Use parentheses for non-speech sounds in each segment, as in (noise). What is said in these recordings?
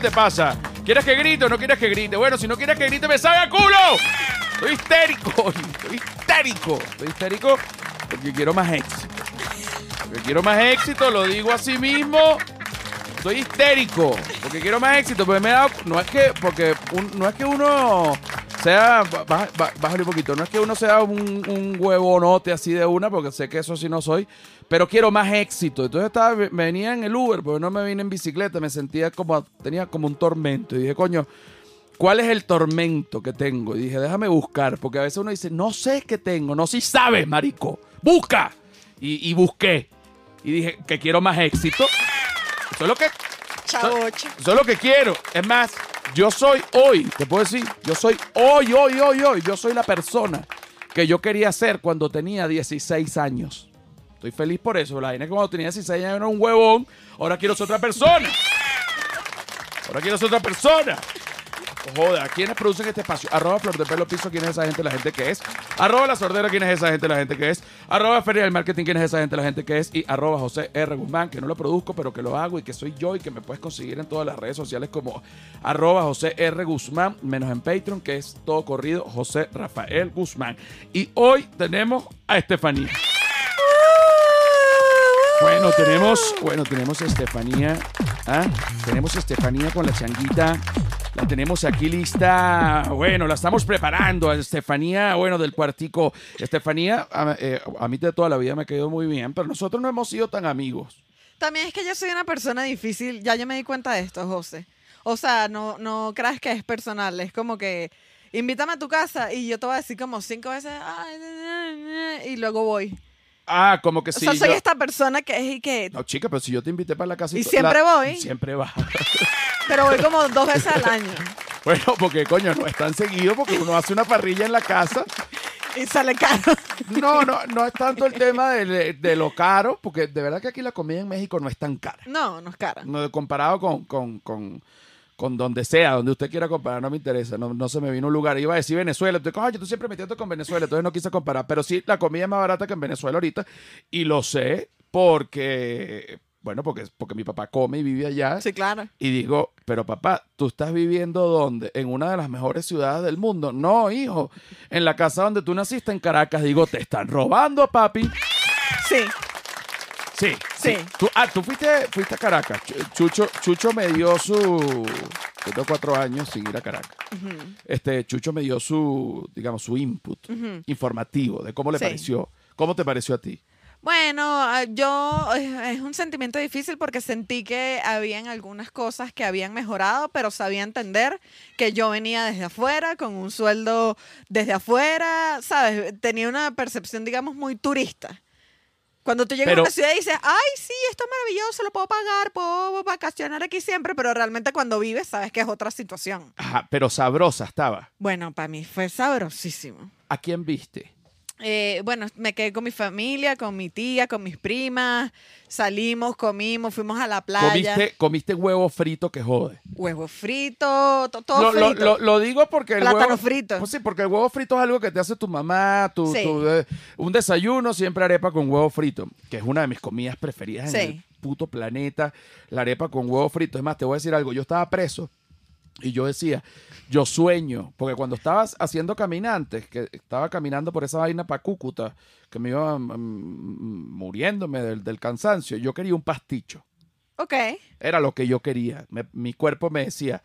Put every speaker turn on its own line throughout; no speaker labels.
te pasa? ¿Quieres que grite o no quieres que grite? Bueno, si no quieres que grite, me salga culo. Estoy histérico, (laughs) estoy histérico. Estoy histérico porque quiero más éxito. Porque quiero más éxito, lo digo a sí mismo. Estoy histérico porque quiero más éxito. Pero me he dado- no es que, porque un- no es que uno sea, ba- ba- ba- bájale un poquito, no es que uno sea un, un huevonote así de una, porque sé que eso sí no soy, pero quiero más éxito. Entonces estaba, me venía en el Uber, porque no me vine en bicicleta, me sentía como, tenía como un tormento. Y dije, coño, ¿cuál es el tormento que tengo? Y dije, déjame buscar, porque a veces uno dice, no sé qué tengo, no, si sabes, marico, busca. Y, y busqué. Y dije, que quiero más éxito. Eso es lo que
Chavocho.
eso es lo que quiero. Es más, yo soy hoy, te puedo decir, yo soy hoy, hoy, hoy, hoy. Yo soy la persona que yo quería ser cuando tenía 16 años. Estoy feliz por eso. La vaina es que cuando tenía 16 años era un huevón. Ahora quiero ser otra persona. Ahora quiero ser otra persona. No Joda, ¿quiénes producen este espacio? Arroba Flor de Pelo Piso, ¿quién es esa gente? La gente que es. Arroba La Sordera, ¿quién es esa gente? La gente que es. Arroba Feria del Marketing, ¿quién es esa gente? La gente que es. Y arroba José R. Guzmán, que no lo produzco, pero que lo hago y que soy yo y que me puedes conseguir en todas las redes sociales como arroba José R. Guzmán, menos en Patreon, que es todo corrido José Rafael Guzmán. Y hoy tenemos a Estefanía. Bueno, tenemos, bueno, tenemos a Estefanía. ¿ah? Tenemos a Estefanía con la changuita. La tenemos aquí lista. Bueno, la estamos preparando. A Estefanía, bueno, del cuartico. Estefanía, a, eh, a mí de toda la vida me ha quedado muy bien, pero nosotros no hemos sido tan amigos.
También es que yo soy una persona difícil. Ya yo me di cuenta de esto, José. O sea, no, no creas que es personal. Es como que invítame a tu casa y yo te voy a decir como cinco veces "Ay, na, na, na", y luego voy.
Ah, como que
O
sí.
sea, soy
yo-
esta persona que es y que...
No, chica, pero si yo te invité para la casa.
Y
to-
siempre
la-
voy.
Siempre va. (laughs)
Pero voy como dos veces (laughs) al año.
Bueno, porque coño, no es tan seguido porque uno hace una parrilla en la casa.
Y sale caro.
No, no, no es tanto el tema de, de- de lo caro, porque de verdad que aquí la comida en México no es tan cara.
No, no es cara.
No, comparado con, con, con, con donde sea, donde usted quiera comparar, no me interesa. No, no se me vino un lugar. Iba a decir Venezuela. Entonces, coño, tú siempre metiendo con Venezuela, entonces no quise comparar. Pero sí, la comida es más barata que en Venezuela ahorita. Y lo sé porque, bueno, porque, porque mi papá come y vive allá.
Sí, claro.
Y digo, pero papá, ¿tú estás viviendo dónde? ¿En una de las mejores ciudades del mundo? No, hijo, en la casa donde tú naciste, en Caracas. Digo, te están robando, papi.
Sí.
Sí,
Sí.
Tú, ah, tú fuiste, fuiste a Caracas. Ch- Chucho, Chucho me dio su... Yo tengo cuatro años sin ir a Caracas.
Ujú.
Este, Chucho me dio su, digamos, su input
Ujú.
informativo de cómo le
Sí.
pareció. ¿Cómo te pareció a ti?
Bueno, ah, yo eh, es un sentimiento difícil porque sentí que habían algunas cosas que habían mejorado, pero sabía entender que yo venía desde afuera, con un sueldo desde afuera, ¿sabes? Tenía una percepción, digamos, muy turista. Cuando tú llegas
Pero-
a una ciudad y dices, ay, sí, esto es maravilloso, lo puedo pagar, puedo vacacionar aquí siempre, pero realmente cuando vives sabes que es otra situación.
Ajá, pero sabrosa estaba.
Bueno, para mí fue sabrosísimo.
¿A quién viste?
Eh, bueno, me quedé con mi familia, con mi tía, con mis primas. Salimos, comimos, fuimos a la playa.
Comiste, comiste huevo frito que jode.
Huevo frito, to- todo
lo, lo-
frito.
lo- lo digo porque el huevo,
Plátano frito.
Pues sí, porque el huevo frito es algo que te hace tu mamá, tu,
Sí.
tu, eh, un desayuno, siempre arepa con huevo frito, que es una de mis comidas preferidas en
Sí.
el puto planeta, la arepa con huevo frito. Es más, te voy a decir algo, yo estaba preso y yo decía, yo sueño, porque cuando estabas haciendo caminantes, que estaba caminando por esa vaina para Cúcuta, que me iba mm, muriéndome del, del cansancio, yo quería un pasticho.
Ok.
Era lo que yo quería. Me- mi cuerpo me decía,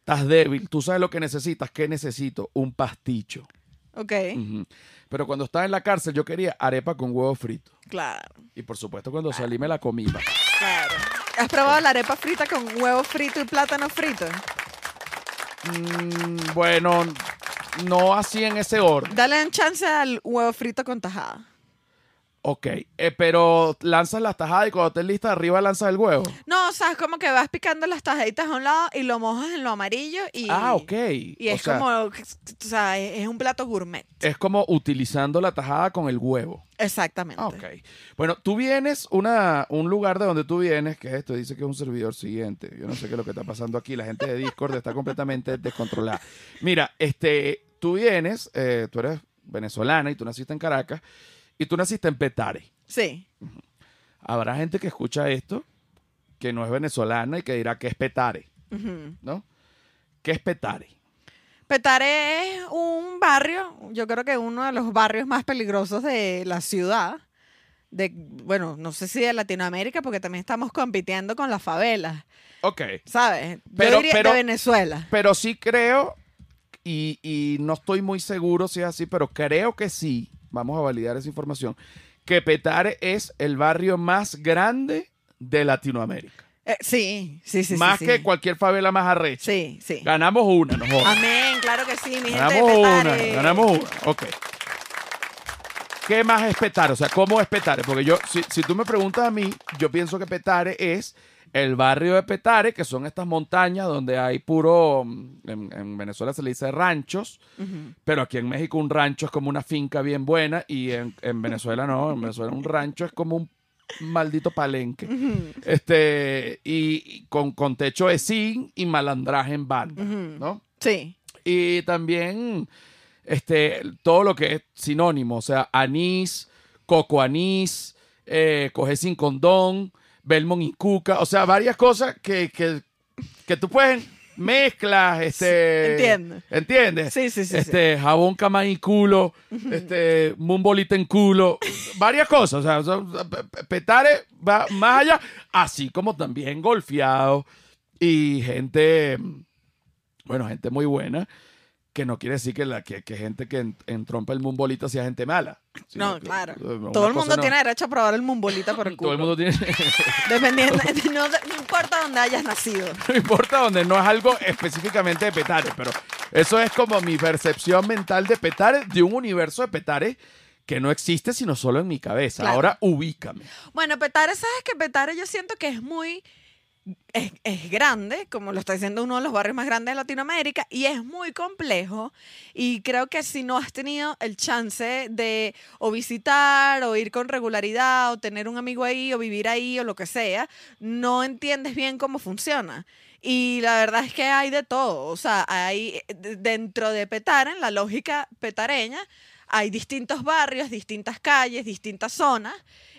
estás débil, tú sabes lo que necesitas. ¿Qué necesito? Un pasticho.
Ok,
Ujú. Pero cuando estaba en la cárcel yo quería arepa con huevo frito.
claro,
Y por supuesto cuando salí me la comí. papá.
claro. ¿Has probado la arepa frita con huevo frito y plátano frito?
Mm, bueno, no así en ese orden.
Dale un chance al huevo frito con tajada.
Ok, eh, pero lanzas las tajadas y cuando estés lista arriba lanzas el huevo.
No, o sea, es como que vas picando las tajaditas a un lado y lo mojas en lo amarillo y...
ah, ok.
Y
O
es
sea, Eh.
como, o sea, es es un plato gourmet.
Es como utilizando la tajada con el huevo.
Exactamente.
Ah, Ok. Bueno, tú vienes una, un lugar de donde tú vienes, que es esto, dice que es un servidor siguiente. Yo no sé qué es lo que está pasando aquí. La gente de Discord está completamente descontrolada. Mira, este, tú vienes, eh, tú eres venezolana y tú naciste en Caracas y tú naciste en Petare.
Sí.
Habrá gente que escucha esto que no es venezolana y que dirá que es Petare.
Ujú.
¿no? ¿Qué es Petare?
Petare es un barrio, yo creo que uno de los barrios más peligrosos de la ciudad. De, bueno, no sé si de Latinoamérica, porque también estamos compitiendo con las favelas,
Ok,
¿sabes? Yo
Pero-
diría
pero-
de Venezuela.
pero sí creo, y, y no estoy muy seguro si es así, pero creo que sí, vamos a validar esa información, que Petare es el barrio más grande de Latinoamérica.
Eh, sí, sí, sí. sí,
más
sí,
que cualquier favela más arrecha.
Sí, sí.
Ganamos una, no jodas.
Amén, claro que sí, mi gente. de
Ganamos una,
Petare.
ganamos una. Ok. ¿Qué más es Petare? O sea, ¿cómo es Petare? Porque yo, si, si tú me preguntas a mí, yo pienso que Petare es el barrio de Petare, que son estas montañas donde hay puro, mm, en, en Venezuela se le dice ranchos,
Ujú.
pero aquí en México un rancho es como una finca bien buena y en, en Venezuela no, en Venezuela un rancho es como un maldito palenque.
Ujú,
Este, y, y con, con techo de zinc y malandraje en banda,
Ujú.
¿no?
Sí.
Y también este, todo lo que es sinónimo, o sea, anís, coco anís, eh, coge sin condón, Belmont y cuca, o sea, varias cosas que, que, que tú puedes mezclas, este...
Sí, entiendo.
¿Entiendes?
Sí, sí, sí, sí.
Este, jabón cama y culo, este, mumbolita en culo, varias cosas, o sea, son- pe- pe- petare va más allá, así como también golfeado y gente bueno, gente muy buena, que no quiere decir que, la, que, que gente que en- entrompa el mumbolito sea gente mala. sino
No,
que- eh,
claro.
una
Todo el
cosa
mundo
no-
tiene derecho a probar el mumbolita por el culo.
Todo el mundo tiene. (laughs)
Dependiendo, (laughs) no, no importa dónde hayas nacido.
No importa donde no es algo específicamente de petares, pero eso es como mi percepción mental de petares, de un universo de petares que no existe sino solo en mi cabeza.
Claro.
Ahora ubícame.
Bueno, Petare, ¿sabes que Petare yo siento que es muy... Es, es grande, como lo está diciendo uno de los barrios más grandes de Latinoamérica, y es muy complejo. Y creo que si no has tenido el chance de o visitar, o ir con regularidad, o tener un amigo ahí, o vivir ahí, o lo que sea, no entiendes bien cómo funciona. Y la verdad es que hay de todo. O sea, hay d- dentro de Petare, en la lógica petareña, hay distintos barrios, distintas calles, distintas zonas.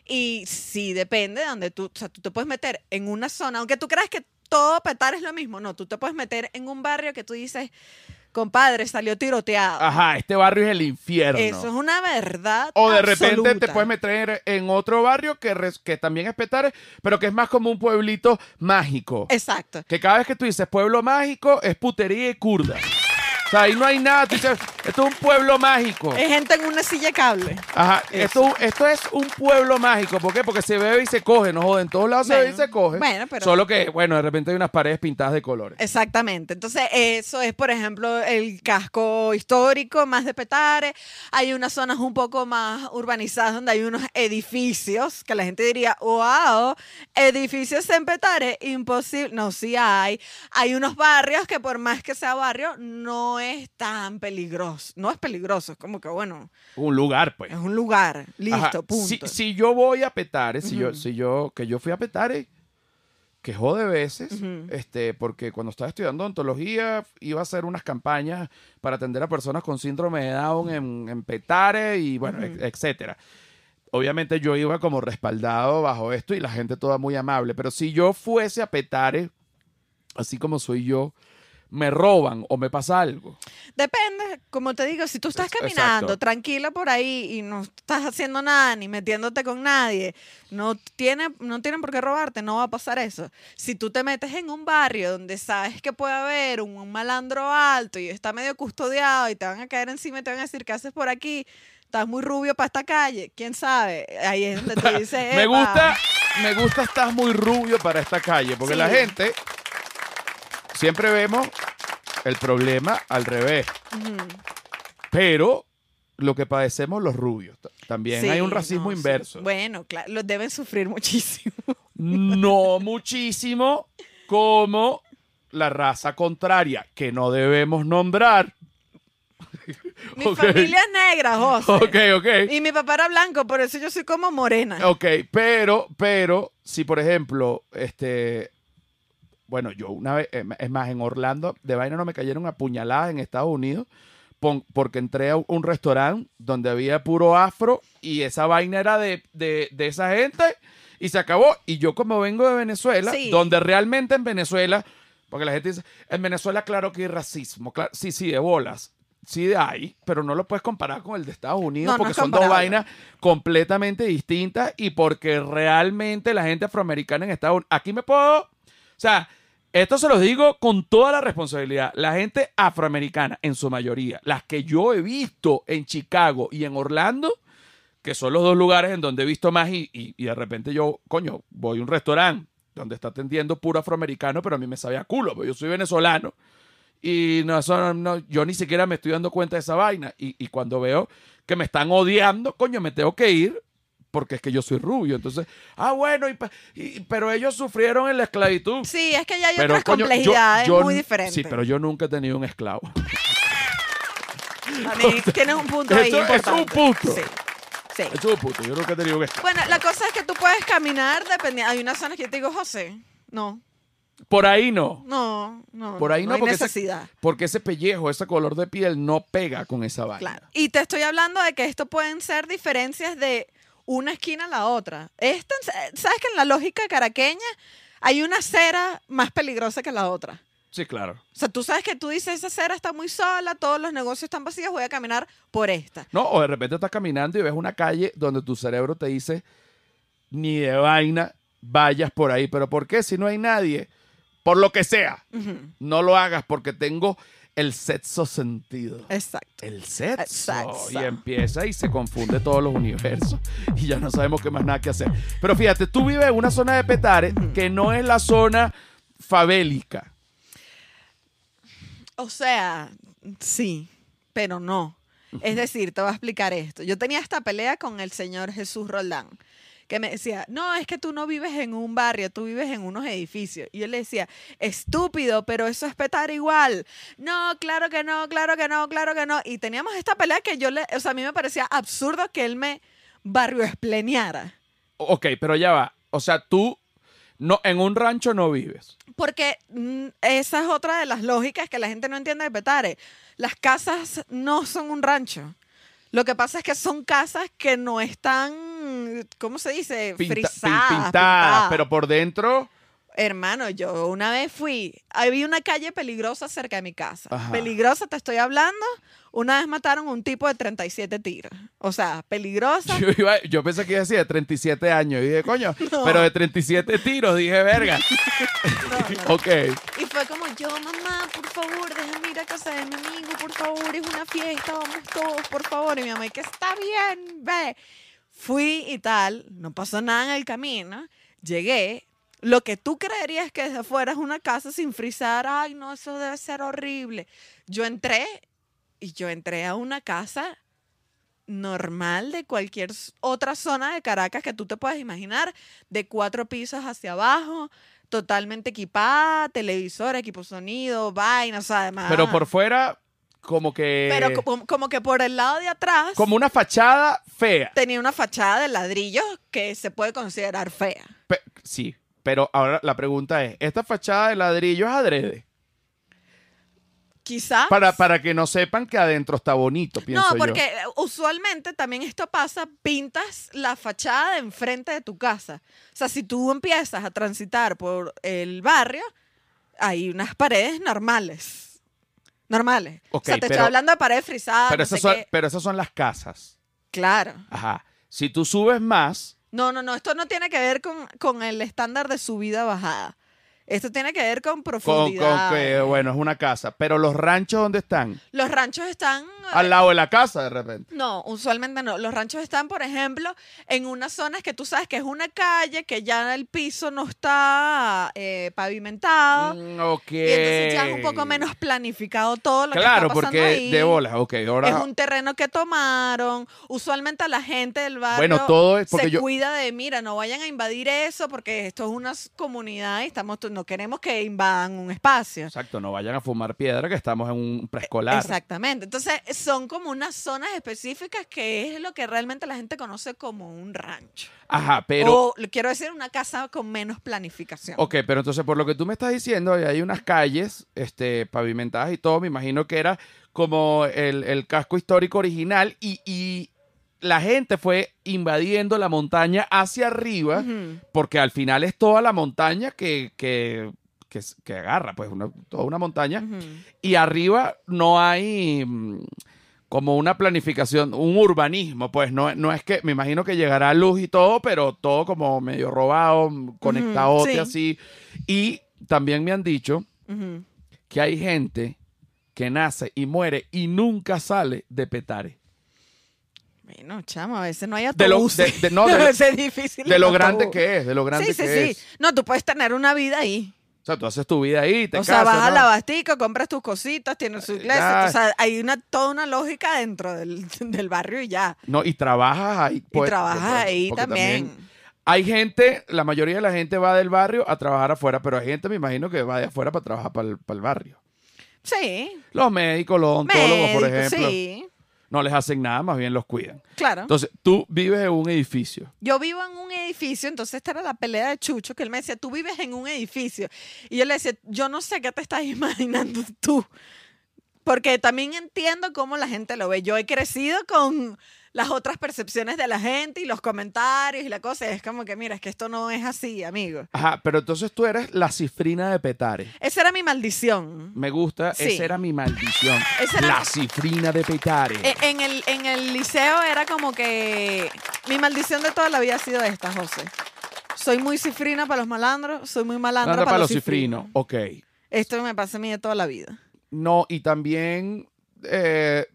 Y sí, depende de donde tú, o sea, tú te puedes meter en una zona, aunque tú creas que todo petar es lo mismo, no, tú te puedes meter en un barrio que tú dices, compadre, salió tiroteado.
Ajá, este barrio es el infierno.
Eso es una verdad.
O de repente te
absoluta.
puedes meter en otro barrio que, res- que también es petares, pero que es más como un pueblito mágico.
Exacto.
Que cada vez que tú dices pueblo mágico es putería y curda. O sea, ahí no hay nada. Tú dices, esto es un pueblo mágico.
Es gente en una silla de cable.
Ajá, esto, esto es un pueblo mágico. ¿Por qué? Porque se bebe y se coge, no joden. En todos lados se bebe y
Bueno,
se coge.
bueno, pero-
Solo que, bueno, de repente hay unas paredes pintadas de colores.
Exactamente. Entonces, eso es, por ejemplo, el casco histórico, más de Petare. Hay unas zonas un poco más urbanizadas donde hay unos edificios que la gente diría, wow, edificios en Petare, imposible. No, sí hay. Hay unos barrios que por más que sea barrio, no es tan peligroso. No es peligroso, es como que, bueno,
Un lugar, pues.
es un lugar, listo,
Ajá,
punto.
Si, si yo voy a Petare, si yo,
Ujú.
si yo, que yo fui a Petare, que jode veces,
Ujú.
este, porque cuando estaba estudiando ontología iba a hacer unas campañas para atender a personas con síndrome de Down en, en Petare y bueno, et- etcétera. Obviamente yo iba como respaldado bajo esto y la gente toda muy amable, pero si yo fuese a Petare, así como soy yo, me roban o me pasa algo.
Depende, como te digo, si tú estás
Ex-
caminando
exacto.
tranquila por ahí y no estás haciendo nada ni metiéndote con nadie, no, tiene, no tienen por qué robarte, no va a pasar eso. Si tú te metes en un barrio donde sabes que puede haber un, un malandro alto y está medio custodiado y te van a caer encima y te van a decir, ¿qué haces por aquí? Estás muy rubio para esta calle, quién sabe. Ahí es donde te dice.
(laughs) Me
"Epa".
gusta, me gusta estás muy rubio para esta calle, porque
Sí.
la gente siempre vemos el problema al revés,
Ujú.
pero lo que padecemos los rubios. t- También hay un
Sí,
racismo
no, sí.
inverso.
Bueno, claro, los deben sufrir muchísimo.
No muchísimo como la raza contraria, que no debemos nombrar.
Mi
Ok.
familia es negra, José.
Ok, ok.
Y mi papá era blanco, por eso yo soy como morena.
Ok, pero, pero, si por ejemplo, este, bueno, yo una vez, em- es más, en Orlando, de vaina no me cayeron apuñaladas en Estados Unidos pon- porque entré a un restaurante donde había puro afro y esa vaina era de, de- de esa gente y se acabó. Y yo como vengo de Venezuela,
Sí.
donde realmente en Venezuela Porque la gente dice, en Venezuela claro que hay racismo. Cla- sí, sí, de bolas. Sí hay, pero no lo puedes comparar con el de Estados Unidos
No, no
porque
es
son dos
comparable.
vainas completamente distintas y porque realmente la gente afroamericana en Estados Unidos... Aquí me puedo... O sea, esto se los digo con toda la responsabilidad. La gente afroamericana, en su mayoría, las que yo he visto en Chicago y en Orlando, que son los dos lugares en donde he visto más y, y- y de repente yo, coño, voy a un restaurante donde está atendiendo puro afroamericano, pero a mí me sabía a culo, porque yo soy venezolano y no, eso no- no, yo ni siquiera me estoy dando cuenta de esa vaina y, y cuando veo que me están odiando, coño, me tengo que ir porque es que yo soy rubio, entonces, ah, bueno, y pa- y- pero ellos sufrieron en la esclavitud.
Sí, es que ya hay
pero,
otras
coño, yo-
complejidades
yo-
muy diferentes.
Sí, pero yo nunca he tenido un esclavo.
A mí tienes un punto ahí
Eso- eso es un
importante.
punto.
Sí, sí.
Eso es un puto, yo nunca he tenido un esclavo.
Bueno, la cosa es que tú puedes caminar dependiendo. Hay unas zonas que yo te digo, José, no,
Por ahí no.
no, no.
Por ahí no,
hay
porque ese-
necesidad.
Porque ese pellejo, ese color de piel no pega con esa vaina.
Claro. Y te estoy hablando de que esto pueden ser diferencias de una esquina a la otra. Es tan- ¿Sabes que en la lógica caraqueña hay una acera más peligrosa que la otra?
Sí, claro.
O sea, tú sabes que tú dices, esa acera está muy sola, todos los negocios están vacíos, voy a caminar por esta.
No, o de repente estás caminando y ves una calle donde tu cerebro te dice, ni de vaina vayas por ahí. ¿Pero por qué? Si no hay nadie, por lo que sea,
Ujú.
no lo hagas porque tengo el sexo sentido.
Exacto.
El sexo.
Eh, Exacto.
Y empieza y se confunde todos los universos. (laughs) Y ya no sabemos qué más nada que hacer. Pero fíjate, tú vives en una zona de Petare que no es la zona fabélica.
O sea, sí, pero no. Es decir, te voy a explicar esto. Yo tenía esta pelea con el señor Jesús Roldán, que me decía, no, es que tú no vives en un barrio, tú vives en unos edificios. Y yo le decía, estúpido, pero eso es petar igual. No, claro que no, claro que no, claro que no. Y teníamos esta pelea que yo le, o sea, a mí me parecía absurdo que él me barrio espleneara.
Ok, pero ya va. O sea, tú no, en un rancho no vives.
Porque mm, esa es otra de las lógicas que la gente no entiende de Petare. Las casas no son un rancho. Lo que pasa es que son casas que no están, ¿cómo se dice?
Pinta- pin-
Frisadas.
pintadas,
pintadas.
pero por dentro.
Hermano, yo una vez fui, había una calle peligrosa cerca de mi casa.
Ajá.
Peligrosa, te estoy hablando. Una vez mataron a un tipo de 37 tiros. O sea, peligrosa.
Yo, iba- yo pensé que iba a decir de 37 años. Y dije, coño,
(laughs) No.
pero de 37 tiros. Dije,
(laughs)
verga. (laughs)
No, no, no.
Ok.
Y fue como, yo, mamá, por favor, déjame ir a casa de mi amigo, por favor, es una fiesta, vamos todos, por favor. Y mi mamá, que está bien, ve. Fui y tal, no pasó nada en el camino, llegué. Lo que tú creerías que desde afuera es una casa sin frisar, ay, no, eso debe ser horrible. Yo entré y yo entré a una casa normal de cualquier s- otra zona de Caracas que tú te puedas imaginar, de cuatro pisos hacia abajo, totalmente equipada, televisor, equipo sonido, vaina, o sea, además.
Pero por fuera, como que.
Ah. Pero co- como, que por el lado de atrás
como una fachada fea.
tenía una fachada de ladrillos que se puede considerar fea.
Pe- sí. Pero ahora la pregunta es: ¿esta fachada de ladrillo es adrede?
Quizás.
Para, para que no sepan que adentro está bonito, pienso
Ah, no, porque
yo.
eh, usualmente también esto pasa, pintas la fachada de enfrente de tu casa. O sea, si tú empiezas a transitar por el barrio, hay unas paredes normales. Normales.
Ok,
o sea, te
pero-
estoy hablando de paredes frisadas.
Pero
ah, no
esas
sé
son-
qué.
pero esas son las casas.
Claro.
Ajá. Si tú subes más,
No, no, no, esto no tiene que ver con, con el estándar de subida-bajada. Esto tiene que ver con
Con,
profundidad.
con que, bueno, es una casa. Pero los ranchos, ¿dónde están?
Los ranchos están... eh,
Al lado de la casa, de repente.
No, usualmente no. Los ranchos están, por ejemplo, en unas zonas que tú sabes que es una calle, que ya el piso no está eh, pavimentado.
Mm, ok.
Y entonces ya es un poco menos planificado todo lo que
Claro,
está pasando
porque
ahí.
de bolas, ok. Ahora,
Es un terreno que tomaron. Usualmente a la gente del barrio
Bueno, todo es porque
se
yo-
cuida de, mira, no vayan a invadir eso porque esto es una s- comunidad y estamos, no queremos que invadan un espacio.
Exacto, no vayan a fumar piedra que estamos en un preescolar.
Exactamente. Entonces son como unas zonas específicas que es lo que realmente la gente conoce como un rancho.
Ajá, pero...
o lo quiero decir, una casa con menos planificación.
Ok, pero entonces por lo que tú me estás diciendo, ahí hay unas calles este, pavimentadas y todo, me imagino que era como el, el casco histórico original y, y la gente fue invadiendo la montaña hacia arriba
Ujú.
porque al final es toda la montaña que, que, que, es- que agarra, pues, una- toda una montaña.
Ujú.
Y arriba no hay mm, como una planificación, un urbanismo, pues no, no es que, me imagino que llegará luz y todo, pero todo como medio robado, mm, conectadote
sí.
así. Y también me han dicho
Ujú.
que hay gente que nace y muere y nunca sale de Petare.
Bueno, chamo, a veces no hay
De lo-
autobuses.
de- de- no, de
(laughs) a
lo-
veces es difícil.
De
el
lo grande
autobús.
que es, de lo grande
Sí, sí,
que
sí.
es.
No, tú puedes tener una vida ahí.
O sea, tú haces tu vida ahí, te
o sea,
casas.
vas al
¿no? Eh,
abastico, compras tus cositas, tienes su iglesia.
ya.
O sea, hay una, toda una lógica dentro del, (laughs) del barrio y ya.
No, y trabajas ahí.
y
pues,
trabajas
porque-
ahí
porque
también.
Hay gente, la mayoría de la gente va del barrio a trabajar afuera, pero hay gente, me imagino, que va de afuera para trabajar para el, para el barrio.
Sí.
Los médicos, los odontólogos, por
Médico,
ejemplo,
Sí,
no les hacen nada, más bien los cuidan.
claro.
Entonces, tú vives en un edificio.
yo vivo en un edificio, entonces esta era la pelea de Chucho, que él me decía, tú vives en un edificio. Y yo le decía, yo no sé qué te estás (laughs) imaginando tú. Porque también entiendo cómo la gente lo ve. Yo he crecido con las otras percepciones de la gente y los comentarios y la cosa. Es como que, mira, es que esto no es así, amigo.
Ajá, pero entonces tú eres la cifrina de Petare.
Esa era mi maldición.
Me gusta,
Sí.
esa era mi maldición.
Esa era-
La cifrina de Petare.
E- En el, en el liceo era como que mi maldición de toda la vida ha sido esta, José. Soy muy cifrina para los malandros, soy muy malandra
Anda
para,
para los
cifrinos.
cifrinos. Ok.
Esto me pasa a mí de toda la vida.
No, y también, eh,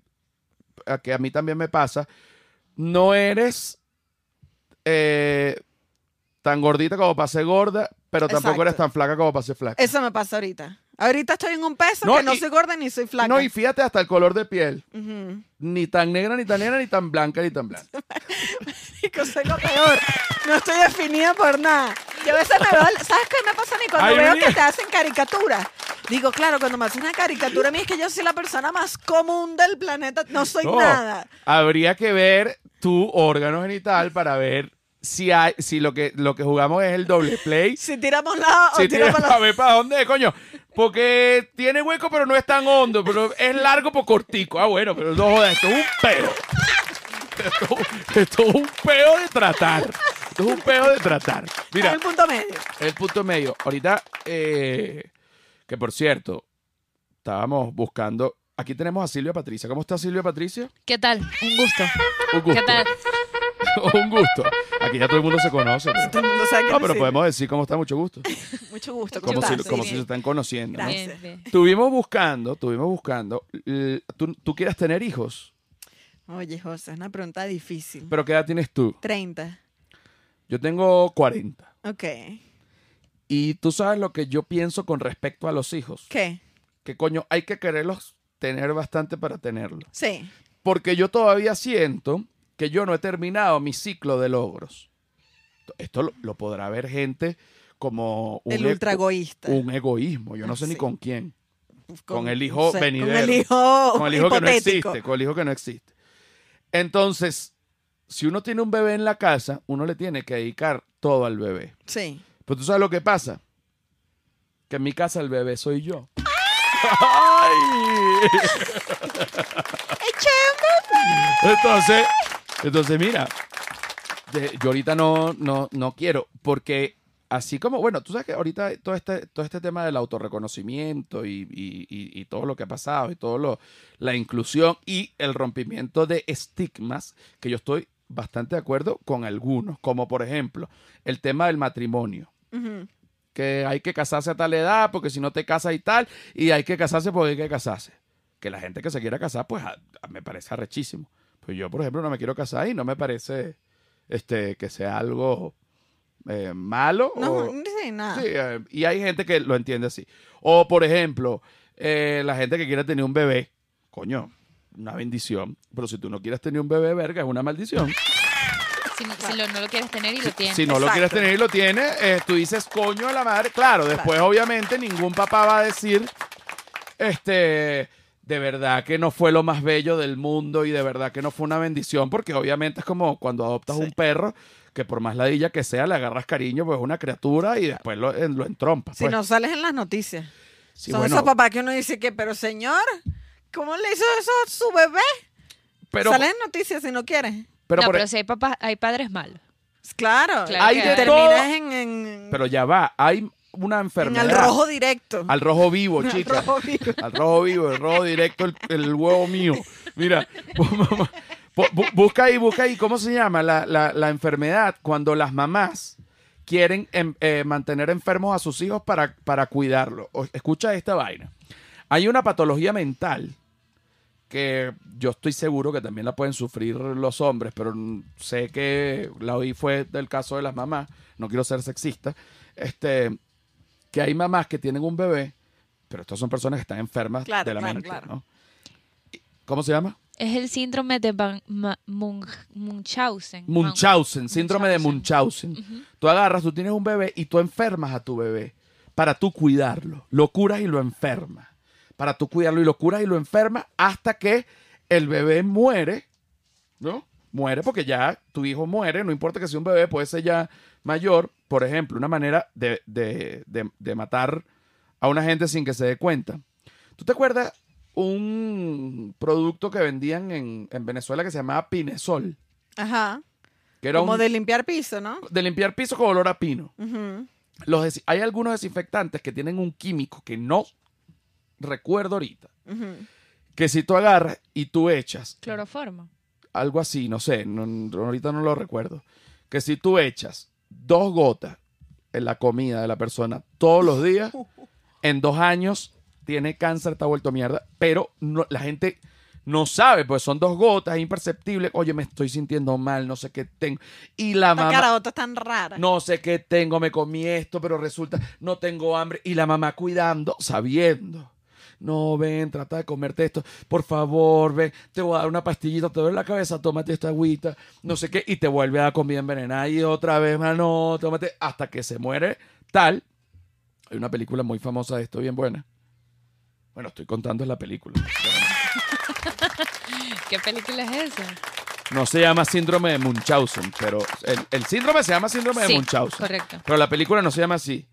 a que a mí también me pasa, no eres eh, tan gordita como para ser gorda, pero tampoco
Exacto.
eres tan flaca como para ser flaca.
Eso me pasa ahorita. Ahorita estoy en un peso
No,
que no
y-
soy gorda ni soy flaca.
No, y fíjate hasta el color de piel.
Ujú.
Ni tan negra, ni tan negra, ni tan blanca, ni tan blanca.
Marico, soy lo peor. No estoy definida por nada. Yo a veces me veo, ¿sabes qué me pasa? Ni cuando
Ay,
veo
mira.
que te hacen caricaturas. Digo, claro, cuando me hacen una caricatura a mí es que yo soy la persona más común del planeta. No soy
No,
nada.
Habría que ver tu órgano genital para ver si, hay, si lo, que, lo que jugamos es el doble play.
Si tiramos lado
Oh,
o
Si tienes
tiramos para
para ver para dónde, coño. Porque tiene hueco, pero no es tan hondo. Pero es largo por cortico. Ah, bueno, pero no jodas, esto es un peo. Esto, esto es un peo de tratar. Esto es un peo de tratar. Mira,
el punto medio.
el punto medio. Ahorita, eh, que por cierto, estábamos buscando. Aquí tenemos a Silvia Patricia. ¿Cómo está Silvia Patricia?
¿Qué tal? Un gusto.
Un gusto.
¿Qué tal?
(laughs) Un gusto. Aquí ya todo el mundo se conoce. pero-
Todo el mundo sabe que
No,
me
pero
sirve.
podemos decir cómo está, mucho gusto.
Mucho gusto.
Como
tal?
si,
estás?
como
Sí,
si
bien.
se están conociendo. ¿no?
Gracias.
Bien, bien.
Estuvimos buscando, estuvimos buscando. l- ¿Tú, tú quieres tener hijos,
Oye, José, es una pregunta difícil.
pero ¿qué edad tienes tú?
30.
Yo tengo 40.
Ok.
Y tú sabes lo que yo pienso con respecto a los hijos.
¿Qué?
Que coño, hay que quererlos tener bastante para tenerlos.
Sí.
Porque yo todavía siento que yo no he terminado mi ciclo de logros. Esto lo, lo podrá ver gente como un,
el
ego-
ultragoísta.
un egoísmo. Yo no sé ni
Sí.
con quién.
Uf,
con el hijo
no sé,
venidero.
Con el hijo,
con el hijo que no
hipotético.
existe, con el hijo que no existe. Entonces, si uno tiene un bebé en la casa, uno le tiene que dedicar todo al bebé.
Sí.
Pero tú sabes lo que pasa, que en mi casa el bebé soy yo. ¡Ay! Entonces, entonces mira, de- yo ahorita no, no, no quiero, porque así como, bueno, tú sabes que ahorita todo este, todo este tema del autorreconocimiento y, y- y- y todo lo que ha pasado y todo lo, la inclusión y el rompimiento de estigmas, que yo estoy bastante de acuerdo con algunos, como por ejemplo el tema del matrimonio.
Ujú.
Que hay que casarse a tal edad, porque si no te casas y tal, y hay que casarse porque hay que casarse. Que la gente que se quiera casar, pues a- a- me parece arrechísimo. Pues yo, por ejemplo, no me quiero casar y no me parece este, que sea algo eh, malo.
No,
o-
no sé nada.
Sí, eh, y hay gente que lo entiende así. O, por ejemplo, eh, la gente que quiere tener un bebé, coño, una bendición. Pero si tú no quieres tener un bebé, verga, es una maldición.
Si, si lo- no lo quieres tener y lo tienes.
Si no lo
Exacto.
quieres tener y lo tienes, eh, tú dices coño a la madre. Claro, después obviamente ningún papá va a decir, este, de verdad que no fue lo más bello del mundo y de verdad que no fue una bendición, porque obviamente es como cuando adoptas un perro, que por más ladilla que sea, le agarras cariño, pues es una criatura y después lo, en- lo entrompas.
Si
pues.
no sales en las noticias.
Sí,
Son
bueno,
esos papás que uno dice que, pero señor, ¿cómo le hizo eso a su bebé?
pero,
Sales en noticias si no quieres.
pero,
no,
por- e-
pero si hay papás, hay padres malos.
Claro.
Claro
Hay
que
de
hay.
todo.
Terminas en, en-
pero ya va, hay, una
En
enfermedad.
el rojo directo.
Al rojo vivo,
Al
chica.
rojo vivo.
(laughs) Al rojo vivo, el rojo directo, el, el huevo mío. Mira, (laughs) bu- bu- busca ahí, busca ahí, ¿cómo se llama la, la- la enfermedad cuando las mamás quieren em- eh, mantener enfermos a sus hijos para, para cuidarlos? O- Escucha esta vaina. Hay una patología mental que yo estoy seguro que también la pueden sufrir los hombres, pero mm, sé que la oí fue del caso de las mamás, no quiero ser sexista, este, que hay mamás que tienen un bebé, pero estas son personas que están enfermas
Claro,
de la
claro,
mente,
claro.
¿no? ¿Y ¿Cómo se llama?
Es el síndrome de Van- Ma- Mun- Munchausen.
Munchausen, síndrome de Munchausen. Tú agarras, tú tienes un bebé y tú enfermas a tu bebé para tú cuidarlo. Lo curas y lo enfermas. Para tú cuidarlo y lo curas y lo enfermas hasta que el bebé muere, ¿no? Muere porque ya tu hijo muere, no importa que sea un bebé, puede ser ya mayor. Por ejemplo, una manera de, de- de- de matar a una gente sin que se dé cuenta. ¿Tú te acuerdas un producto que vendían en, en Venezuela que se llamaba Pinesol?
Ajá.
Que era
Como
un,
de limpiar piso, ¿no?
de limpiar piso con olor a pino.
Ujú.
Los desi- hay algunos desinfectantes que tienen un químico que no recuerdo ahorita.
Ujú.
Que si tú agarras y tú echas
Cloroformo.
algo así, no sé, no- no- ahorita no lo recuerdo. Que si tú echas dos gotas en la comida de la persona todos los días, en dos años tiene cáncer, está vuelto mierda, pero no- la gente no sabe, pues son dos gotas, es imperceptible. Oye, me estoy sintiendo mal, no sé qué tengo. Y la
Estas
mamá.
caraotas tan raras.
No sé qué tengo, me comí esto, pero resulta, no tengo hambre. Y la mamá cuidando, sabiendo. No, ven, trata de comerte esto. Por favor, ven, te voy a dar una pastillita, te duele la cabeza, tómate esta agüita, no sé qué, y te vuelve a dar comida envenenada y otra vez, mano, tómate, hasta que se muere tal. Hay una película muy famosa de esto, bien buena. Bueno, estoy contando es la película.
¿Qué película es esa?
No se llama síndrome de Munchausen, pero el, el síndrome se llama síndrome de
Sí,
Munchausen.
correcto.
Pero la película no se llama así.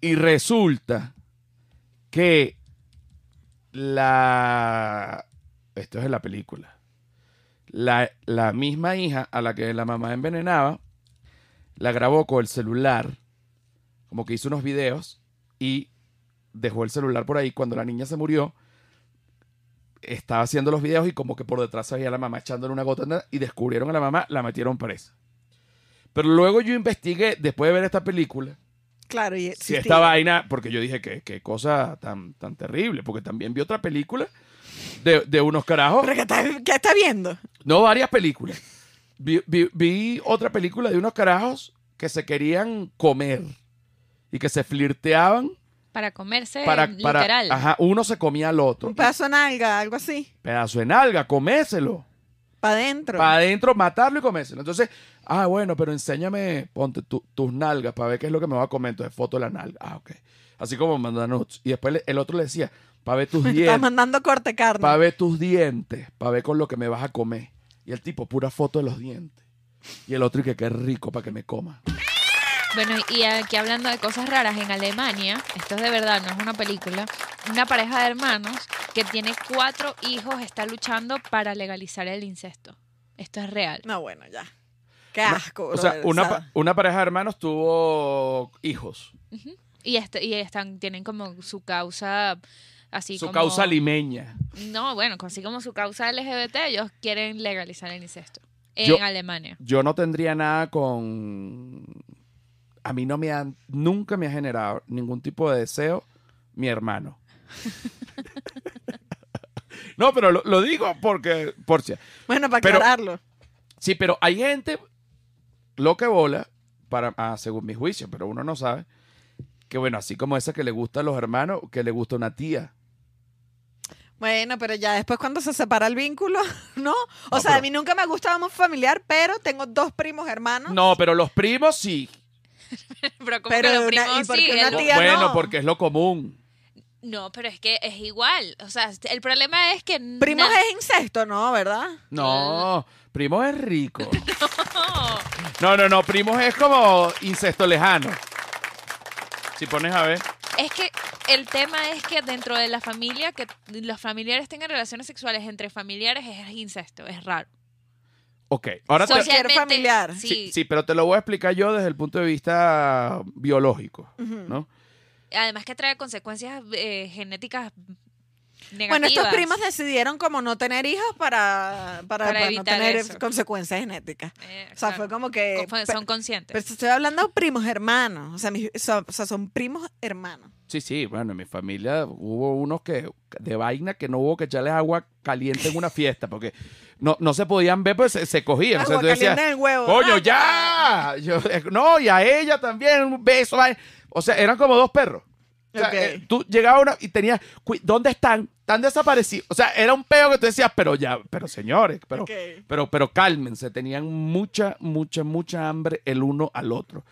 Y resulta que la... Esto es de la película. La, la misma hija a la que la mamá envenenaba, la grabó con el celular, como que hizo unos videos y dejó el celular por ahí. Cuando la niña se murió, estaba haciendo los videos y como que por detrás se veía a la mamá echándole una gota na- y descubrieron a la mamá, la metieron presa. Pero luego yo investigué, después de ver esta película,
Claro, y
si
existía.
esta vaina, porque yo dije que, que cosa tan, tan terrible, porque también vi otra película de, de unos carajos,
¿Pero qué está, qué está viendo?
no varias películas. Vi, vi- vi otra película de unos carajos que se querían comer y que se flirteaban
Para comerse
para, para
Eh, literal.
ajá, uno se comía al otro.
Un pedazo de nalga, algo así.
Pedazo de nalga, coméselo.
Para adentro.
Para adentro, matarlo y comérselo. Entonces, ah, bueno, pero enséñame, ponte tu- tus nalgas para ver qué es lo que me va a comer. Entonces, foto de la nalga. Ah, ok. Así como mandan nudes. Y después le- el otro le decía, para ver tus
Estás
dientes,
mandando corte carne.
para ver tus dientes, para ver con lo que me vas a comer. Y el tipo, pura foto de los dientes. Y el otro, y que qué rico para que me coma.
Bueno, y aquí hablando de cosas raras, en Alemania, esto es de verdad, no es una película, una pareja de hermanos que tiene cuatro hijos está luchando para legalizar el incesto. Esto es real.
No, bueno, ya. Qué asco.
O sea,
brother,
una,
¿sabes?
pa- una pareja de hermanos tuvo hijos.
Y, este, y están, tienen como su causa así
Su
como-
causa limeña.
No, bueno, así como su causa LGBT, ellos quieren legalizar el incesto en
Yo-
Alemania. (laughs)
yo no tendría nada con. A mí no me han. Nunca me ha generado ningún tipo de deseo mi hermano. no, pero lo, lo digo porque. Por si-
Bueno, para
pero-
aclararlo.
Sí, pero hay gente lo que bola, para, ah, según mi juicio, pero uno no sabe. Que bueno, así como esa que le gusta a los hermanos, que le gusta una tía.
Bueno, pero ya después cuando se separa el vínculo, (laughs) ¿no? O
No,
sea, a
pero-
mí nunca me ha gustado muy familiar, pero tengo dos primos hermanos.
No, pero los primos sí.
Pero como
Pero
que los
una- ¿y
primos
por qué
sí,
una
el-
tía? Ya
bueno,
no.
porque es lo común.
No, pero es que es igual. O sea, el problema es que...
Primos
na-
es incesto, ¿no? ¿Verdad?
No,
Mm.
primo es
(laughs)
rico.
No.
No, no, no, primos es como incesto lejano. Si pones a ver.
Es que el tema es que dentro de la familia, que los familiares tengan relaciones sexuales entre familiares es incesto, es raro.
Ok, ahora te-
Social-
Socialmente,
familiar.
Sí,
sí. sí, pero te lo voy a explicar yo desde el punto de vista biológico,
Ujú.
¿no?
Además que trae consecuencias eh, genéticas negativas.
Bueno, estos primos decidieron como no tener hijos para, para,
Para
para no
evitar
tener
eso.
consecuencias genéticas.
Eh,
O sea,
claro.
fue como que...
Fue-
pe-
son conscientes.
pero estoy hablando de primos hermanos. O sea, mis- so- o sea, son primos hermanos.
Sí, sí, bueno, en mi familia hubo unos que de vaina que no hubo que echarles agua caliente en una fiesta porque no, no se podían ver, pues se, se cogían. O sea,
Agua
tú decías,
caliente en el huevo.
¡Coño,
Ah,
ya! Yo, eh, no, y a ella también, un beso. ay. O sea, eran como dos perros. O sea,
Ok.
eh, tú llegabas una y tenías, "Cu- ¿dónde están? Están desaparecidos. O sea, era un peo que tú decías, pero ya, pero señores, pero,
Ok.
pero, pero cálmense. Tenían mucha, mucha, mucha hambre el uno al otro.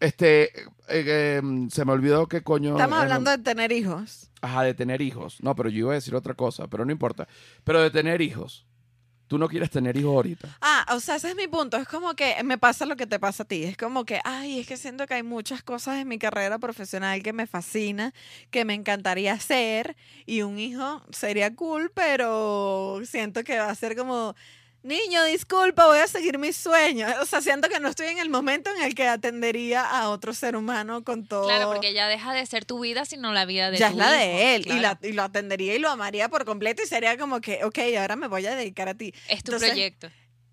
Este, eh, eh, se me olvidó qué coño.
Estamos
era.
hablando de tener hijos.
Ajá, de tener hijos. No, pero yo iba a decir otra cosa, pero no importa. Pero de tener hijos. Tú no quieres tener hijos ahorita.
Ah, o sea, ese es mi punto. Es como que me pasa lo que te pasa a ti. Es como que, ay, es que siento que hay muchas cosas en mi carrera profesional que me fascina, que me encantaría hacer. Y un hijo sería cool, pero siento que va a ser como, niño, disculpa, voy a seguir mis sueños. O sea, siento que no estoy en el momento en el que atendería a otro ser humano con todo.
Claro, porque ya deja de ser tu vida, sino la vida de
ya
tu
es la
hijo,
de él. Y, la,
claro.
y lo atendería y lo amaría por completo. Y sería como que, ok, ahora me voy a dedicar a ti.
Es tu
Entonces,
proyecto.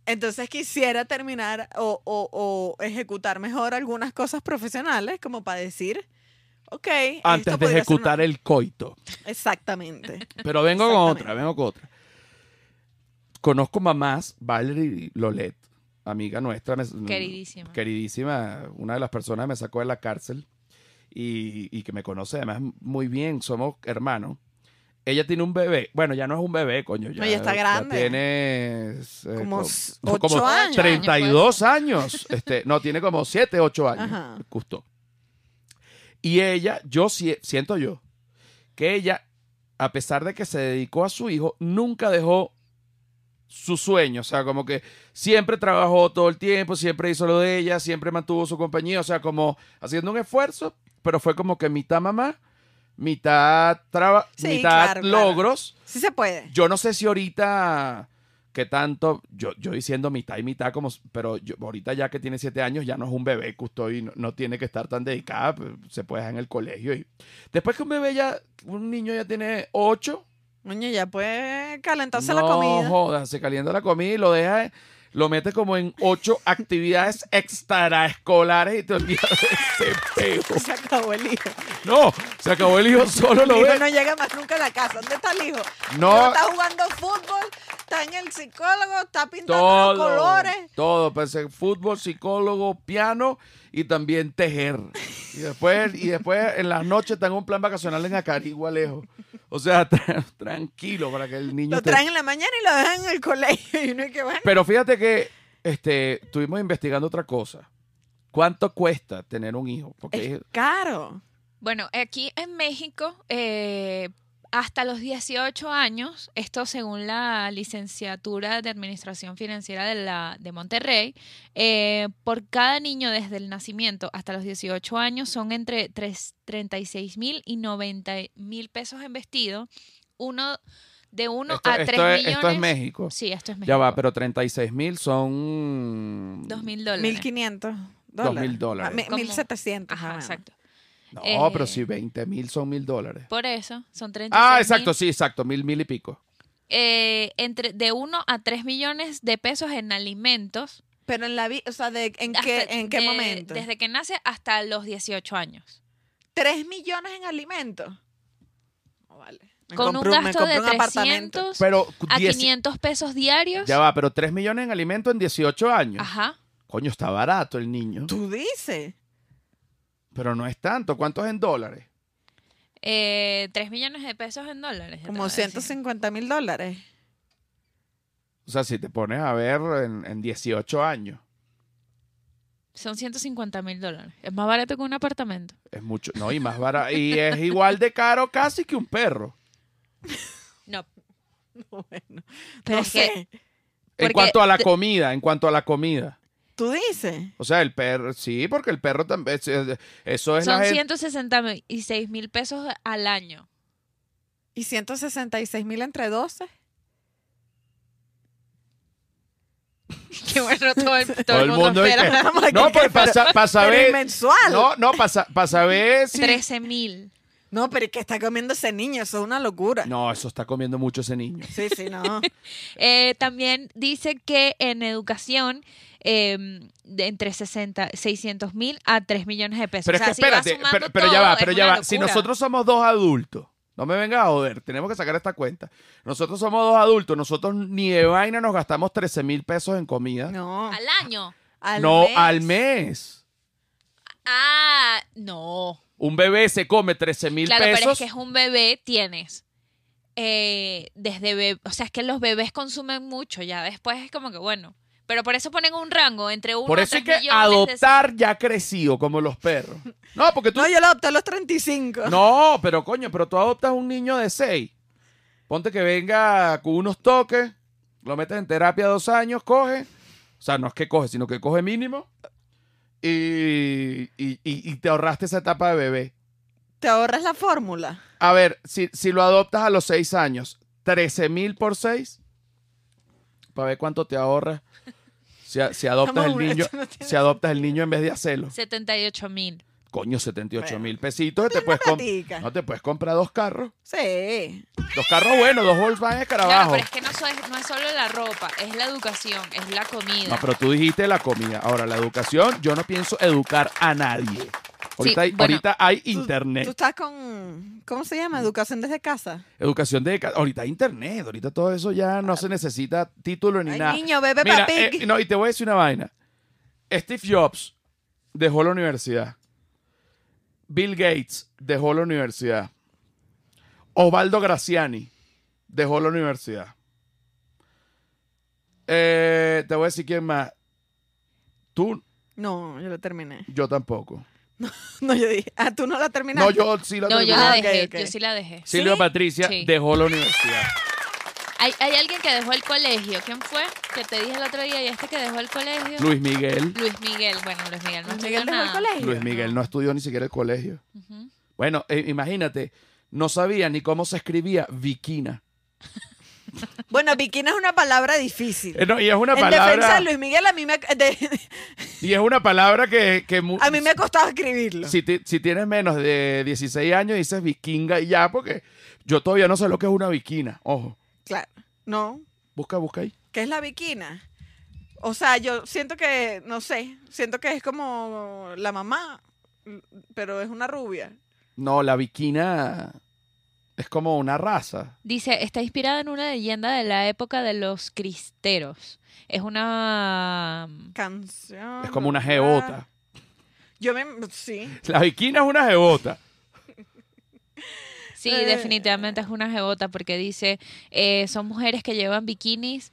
Entonces quisiera terminar o, o- o ejecutar mejor algunas cosas profesionales, como para decir, ok.
Antes
esto
de
podría ser una-
ejecutar el coito. (laughs)
Exactamente.
Pero vengo con
Exactamente.
otra, vengo con otra. Conozco mamás, Valerie Lolet, amiga nuestra. me- mm,
Queridísima.
Queridísima, una de las personas que me sacó de la cárcel y, y que me conoce además muy bien, somos hermanos. Ella tiene un bebé, bueno, ya no es un bebé, coño. Ya,
No, ya está grande.
tiene eh,
Como
co-
s-
no, como
ocho años.
32 años. Este, no, tiene como 7, 8 años.
pues. Ajá.
Justo. Y ella, yo si- siento yo, que ella, a pesar de que se dedicó a su hijo, nunca dejó su sueño. O sea, como que siempre trabajó todo el tiempo, siempre hizo lo de ella, siempre mantuvo su compañía. O sea, como haciendo un esfuerzo, pero fue como que mitad mamá, mitad, traba-
Sí,
mitad
claro, claro.
logros.
Sí se puede.
Yo no sé si ahorita que tanto, yo, yo diciendo mitad y mitad, como, s- pero yo, ahorita ya que tiene siete años, ya no es un bebé custo y no, no tiene que estar tan dedicada, pues, se puede dejar en el colegio. Y, después que un bebé ya, un niño ya tiene ocho,
Coño, ya puede calentarse la
no (laughs)
comida. (laughs)
jodas, se calienta la comida y lo deja, lo mete como en ocho (laughs) actividades extraescolares y te olvidas (laughs) de ese peo.
Se acabó el hijo.
No, se acabó el hijo, solo
El
lo
hijo
ve.
no llega más nunca a la casa. ¿Dónde está el hijo?
No.
Está jugando fútbol, está en el psicólogo, está
(laughs)
pintando
todo,
los colores.
Todo, pues eh, fútbol, psicólogo, piano y también tejer. Y después, y después en las noches tengo un plan vacacional en Acarigua lejos. O sea, (laughs) tra- tranquilo para que el niño
Lo
te-
traen en la mañana y lo dejan en el colegio. (laughs) Y uno es que bueno.
Pero fíjate que este estuvimos investigando otra cosa. ¿Cuánto cuesta tener un hijo? Porque
Es caro.
Bueno, aquí en México, eh, hasta los 18 años, esto según la licenciatura de Administración Financiera de, la, de Monterrey, eh, por cada niño desde el nacimiento hasta los 18 años son entre 3, 36 mil y 90 mil pesos en vestido, uno de 1
esto,
a 3
esto es,
millones.
esto es México.
Sí, esto es México.
Ya va, pero 36 mil son...
2 mil dólares.
1500 dólares.
2.000 dólares.
Ah, mi-
Como-
1700.
Ajá,
más o menos.
exacto.
No,
eh.
pero si 20 mil son mil dólares.
Por eso, son 36
Ah, exacto, sí, exacto, mil, mil y pico.
eh, entre de 1 a 3 millones de pesos en alimentos.
Pero en la vida, o sea, de, ¿en, qué,
hasta-
¿en qué
de-
momento?
Desde que nace hasta los 18 años.
3 millones en alimentos. No vale. Me
Con
compro
un
me
gasto
compro
de
un apartamento.
300
Pero
a
10
500 pesos diarios.
Ya va, pero 3 millones en alimento en 18 años.
Ajá.
Coño, está barato el niño.
Tú dices.
Pero no es tanto. ¿Cuánto es en dólares?
Eh, 3 millones de pesos en dólares. ya te voy a
Como
decir.
150 mil dólares. (laughs)
O sea, si te pones a ver en, en 18 años,
Son 150 mil dólares. Es más barato que un apartamento.
es mucho. No, y más barato. Y es igual de caro casi que un perro.
No,
No, bueno.
pero
no
es que
sé.
En
Porque
cuanto a la
te-
comida, en cuanto a la comida.
Tú dices.
O sea, el perro, sí, porque el perro también, es- es- eso es
son
Pues la gente.
166 mil pesos al año.
¿Y 166 mil entre 12?
(laughs) Que bueno, todo el, todo
Todo el mundo
espera.
dice-
Estamos aquí,
(laughs) No, pues
pero-
para
pero
saber.
mensual. No.
No, no, para saber si.
13 mil.
pero es que está comiendo ese niño, eso es una locura.
No, eso está comiendo mucho ese niño.
Sí, sí,
(laughs)
no.
Eh, también dice que en educación eh, de entre 60, 600 mil a 3 millones de pesos.
Pero
O sea,
es que
si vas
espérate,
sumando
pero, pero ya
todo,
va,
es
pero ya
una
va. Si
locura.
nosotros somos dos adultos, no me vengas a joder, tenemos que sacar esta cuenta. Nosotros somos dos adultos, nosotros ni de vaina nos gastamos 13 mil pesos en comida. No,
No.
Al año.
Al mes.
al mes.
Ah, no.
Un bebé se come 13 mil
Claro, pero es
pesos.
que es un bebé, tienes. eh, desde bebé, o sea, es que los bebés consumen mucho, ya después es como que bueno. Pero por eso ponen un rango entre uno
Por
a
eso hay
tres
que
millones de-
adoptar ya crecido, como los perros. No, porque tú.
No, yo lo adopté a los 35.
(laughs) No, pero coño, pero tú adoptas un niño de 6. Ponte que venga con unos toques, lo metes en terapia dos años, coge. O sea, no es que coge, sino que coge mínimo. Y, y- y- y te ahorraste esa etapa de bebé.
Te ahorras la fórmula.
A ver, si, si lo adoptas a los 6 años, 13 mil por 6, para ver cuánto te ahorras. Si,
(laughs)
a- si adoptas el
Estamos-
niño,
esto no tiene
si adoptas el niño en vez de hacerlo.
78 mil.
Coño, 78
Bueno.
mil pesitos. Te puedes comp-
platica.
no te puedes comprar dos carros.
Sí.
Dos carros buenos, dos Volkswagen
Claro,
escarabajos.
pero es que no, so- no es solo la ropa, es la educación, es la comida.
No, pero tú dijiste la comida. Ahora, la educación, yo no pienso educar a nadie. Ahorita, hay,
bueno.
ahorita hay
Tú-
internet.
Tú estás con, ¿cómo se llama? Educación desde casa.
Educación de... ca- Ahorita hay internet. Ahorita todo eso ya no se necesita título ni
Ay,
nada.
niño, bebe
Mira,
papi.
eh, no, y te voy a decir una vaina. Steve Jobs dejó la universidad. Bill Gates dejó la universidad. Osvaldo Graciani dejó la universidad. Eh, te voy a decir quién más. Tú,
No, yo lo terminé. (laughs)
yo tampoco.
No, yo dije, ah, tú no la
No,
terminaste.
yo sí la
No, yo
terminé.
la
Ah, ok,
dejé,
ok.
yo sí la dejé.
Silvia
¿Sí?
Patricia
Sí.
dejó la universidad.
Hay, hay alguien que dejó el colegio. ¿Quién fue? Que te dije el otro día y este que dejó el colegio.
Luis Miguel.
Luis Miguel. Bueno, Luis Miguel no
Luis
estudió
Miguel dejó el
nada.
colegio.
Luis Miguel no estudió ni siquiera el colegio.
Ujú.
Bueno, eh, imagínate, no sabía ni cómo se escribía Vikina.
Bueno, bikini es una palabra difícil.
Eh, no, y es una
en defensa
palabra.
de Luis Miguel, a mí me, de- (laughs)
Y es una palabra que. que mu-
a mí me ha costado escribirlo.
si, ti- si tienes menos de 16 años, dices vikinga y ya, porque yo todavía no sé lo que es una vikina. Ojo,
Claro. No,
busca, busca ahí.
¿qué es la bikina? O sea, yo siento que, no sé, siento que es como la mamá, pero es una rubia.
No, la vikina es como una raza.
Dice, está inspirada en una leyenda de la época de los cristeros. Es una...
Canción.
Es como una
¿verdad?
jebota.
Yo me. Sí.
La vikina es una jebota.
Sí,
Eh.
definitivamente es una jebota porque dice, eh, son mujeres que llevan bikinis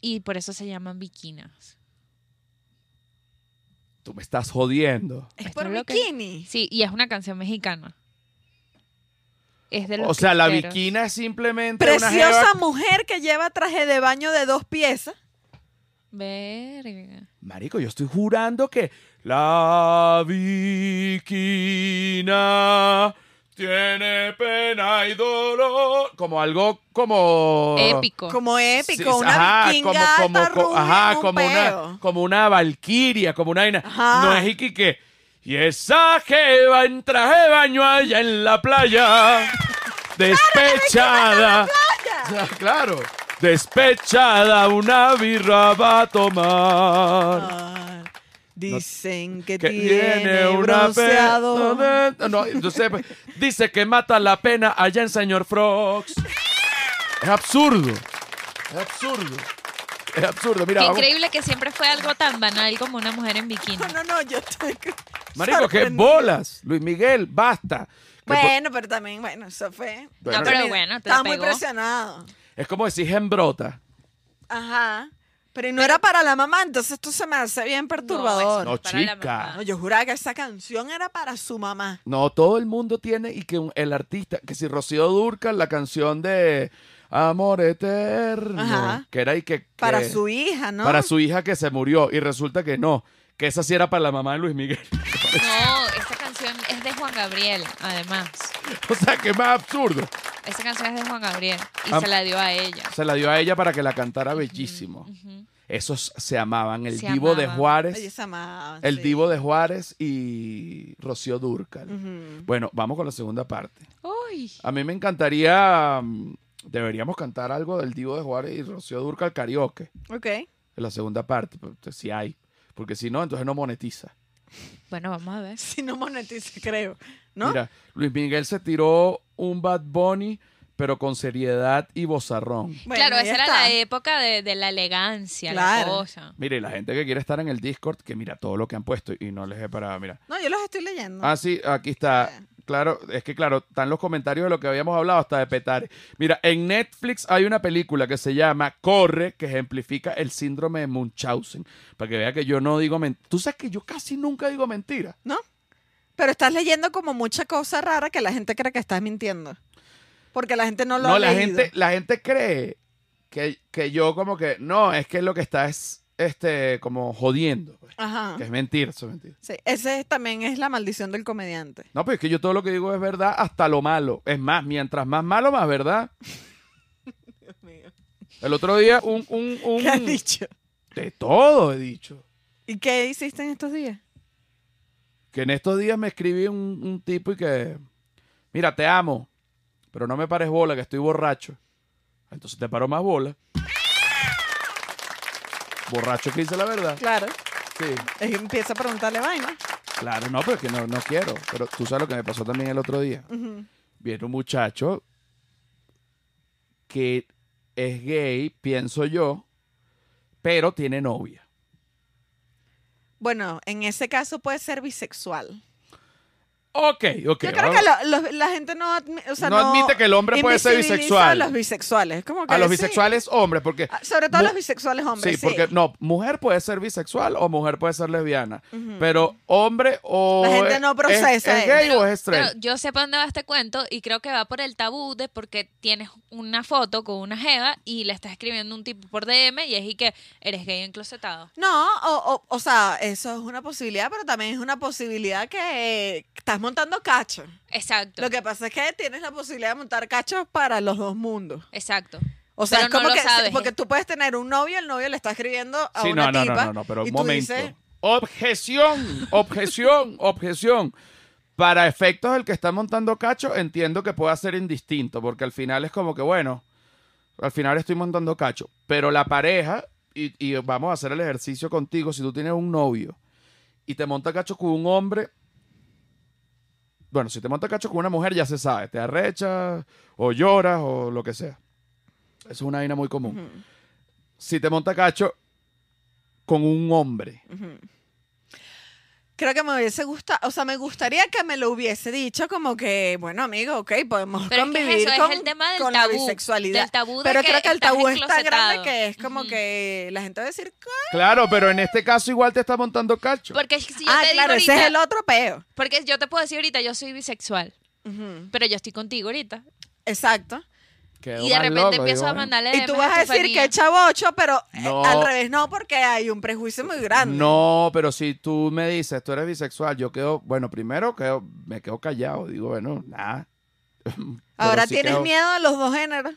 y por eso se llaman bikinas.
Tú me estás jodiendo.
Es
Esto
por
es lo que-
bikini.
Sí, y es una canción mexicana. Es de los
O sea, la
cristeros.
vikina es simplemente una
Preciosa
jeva-
mujer que lleva traje de baño de dos piezas.
Verga.
Marico, yo estoy jurando que la vikina tiene pena y dolor. Como algo como...
Épico.
Como épico,
Sí,
una
ajá,
vikinga
como,
alta,
como, co-
rubia
ajá,
en un
como una
peo.
como una valquiria, como una vaina.
Ajá.
No es Iki que y esa jeva en traje de baño allá en la
(laughs)
playa despechada. Ya, claro. Despechada una birra va a tomar.
Dicen que,
Que
tiene bronceado.
pena. No, entonces pues, dice que mata la pena allá en Señor Frogs. Es absurdo. Es absurdo. Es absurdo. Mira,
Qué
vamos.
increíble que siempre fue algo tan banal como una mujer en bikini.
No, no, no, yo estoy.
Marico, qué
sorprendida.
bolas. Luis Miguel, basta. Que po-
Bueno, pero también, bueno, eso fue.
Bueno.
No, pero bueno, te
Estaba
pegó.
muy presionado.
Es como decir hembrota.
Ajá. Pero no era para la mamá, entonces esto se me hace bien perturbador.
No,
No, para la
chica.
mamá.
No, yo juraba que esa canción era para su mamá.
No, todo el mundo tiene y que un- el artista, que si Rocío Durcal, la canción de Amor Eterno,
Ajá.
que era y que, que-
Para su hija, ¿no?
para su hija que se murió y resulta que no, que esa sí era para la mamá de Luis Miguel.
No, esa canción es de Juan Gabriel, además.
o sea, que más absurdo.
Esa canción es de Juan Gabriel y
Am-
se la dio a ella.
Se la dio a ella para que la cantara bellísimo.
Ujú.
Esos se amaban. El
Se
Divo de
amaban.
Juárez.
Ellos se amaban,
El
sí.
Divo de Juárez y Rocío Durcal.
Ujú.
Bueno, vamos con la segunda parte.
Uy.
A mí me encantaría. mm, Deberíamos cantar algo del Divo de Juárez y Rocío Durcal karaoke.
Ok. (laughs)
En la segunda parte, pero te- si hay. Porque si no, entonces no monetiza.
Bueno, vamos a ver.
Si no monetiza, creo. ¿No?
Mira, Luis Miguel se tiró un Bad Bunny, pero con seriedad y bozarrón.
Bueno,
claro,
ya
esa era
está.
la época de, de la elegancia,
Claro.
la cosa.
Mire, la gente que quiere estar en el Discord, que mira todo lo que han puesto y no les he parado, mira.
No, yo los estoy leyendo.
Ah, sí, aquí está.
Ah.
Claro, es que claro, están los comentarios de lo que habíamos hablado hasta de petar. Mira, en Netflix hay una película que se llama Corre, que ejemplifica el síndrome de Munchausen. Para que vea que yo no digo mentiras. Tú sabes que yo casi nunca digo mentiras.
¿No? Pero estás leyendo como mucha cosa rara que la gente cree que estás mintiendo. Porque la gente no lo
No,
ha
la
leído.
gente, la gente cree que, que yo como que, no, es que lo que está es este, como jodiendo. pues,
Ajá.
Que es mentira, eso es mentira.
Sí, ese es- también es la maldición del comediante.
No, pero es que yo todo lo que digo es verdad hasta lo malo. Es más, mientras más malo, más verdad.
(laughs) Dios mío.
El otro día un... un, un-
¿Qué has dicho?
De todo he dicho.
¿Y qué hiciste en estos días?
Que en estos días me escribí un, un tipo y que, mira, te amo, pero no me pares bola, que estoy borracho. Entonces te paro más bola. Borracho que dice la verdad.
Claro.
Sí.
eh, Empieza a preguntarle vaina.
Claro, no, pero es que no, no quiero. Pero tú sabes lo que me pasó también el otro día.
Ujú.
Viene un muchacho que es gay, pienso yo, pero tiene novia.
Bueno, en ese caso puede ser bisexual.
Ok, ok.
Yo creo
vamos.
que lo- los- la gente no, admi- o sea,
No admite que el hombre puede ser
invisibiliza
bisexual.
A los bisexuales. Como que
A los
sí.
bisexuales hombres, porque
Ah, Sobre todo a
Mu-
los bisexuales
sí,
hombres.
porque no, mujer puede ser bisexual o mujer puede ser lesbiana,
Ujú.
pero hombre o
La gente
es-
no procesa
es, es
eso.
gay o es
Pero
straight.
yo sé para dónde va este cuento y creo que va por el tabú de porque tienes una foto con una jeva y le estás escribiendo un tipo por DM y es y que eres gay enclosetado.
No, o, o- o sea, eso es una posibilidad, pero también es una posibilidad que eh, estás montando cacho.
Exacto.
Lo que pasa es que tienes la posibilidad de montar cachos para los dos mundos.
Exacto.
O sea,
Pero
es
no
como
lo
que
sabes.
porque tú puedes tener un novio, el novio le está escribiendo a
Sí,
una
no, no, no,
tipa
no, no, pero
y
un
tú
momento.
dices,
Objeción,
(laughs)
objeción, objeción. Para efectos del que está montando cacho, entiendo que pueda ser indistinto, porque al final es como que, bueno, al final estoy montando cacho, pero la pareja, y, y vamos a hacer el ejercicio contigo, si tú tienes un novio y te monta cacho con un hombre, bueno, si te monta cacho con una mujer ya se sabe, te arrechas o lloras o lo que sea. Eso es una vaina muy común
"Ujú,
si te monta cacho con un hombre.
ujú". Creo que me hubiese gustado, o sea, me gustaría que me lo hubiese dicho como que, bueno, amigo, ok, podemos
Pero es que es
convivir
eso, es
con,
el tema del
con la
tabú,
bisexualidad.
del tabú de
pero
que
creo que el
estás
tabú es tan grande
enclosetado.
que es como
Ujú.
que la gente va a decir,
Claro, pero en este caso igual te está montando cacho.
Porque si yo
ah,
te
claro,
digo
ese es
ahorita-
el otro peo.
porque yo te puedo decir ahorita yo soy bisexual, pero yo estoy contigo ahorita
Exacto.
Quedó
y de
más
repente
loco,
empiezo
digo, ¿eh?
a
bueno.
mandarle
Y tú
DMs
vas a decir
Estefanía.
que es chavocho, pero eh,
No.
al revés no, porque hay un prejuicio muy grande.
No, pero si tú me dices, tú eres bisexual, yo quedo, bueno, primero quedo, me quedo callado, digo, bueno, nada. (laughs) Pero
Ahora
sí
tienes
quedo-
miedo a los dos géneros.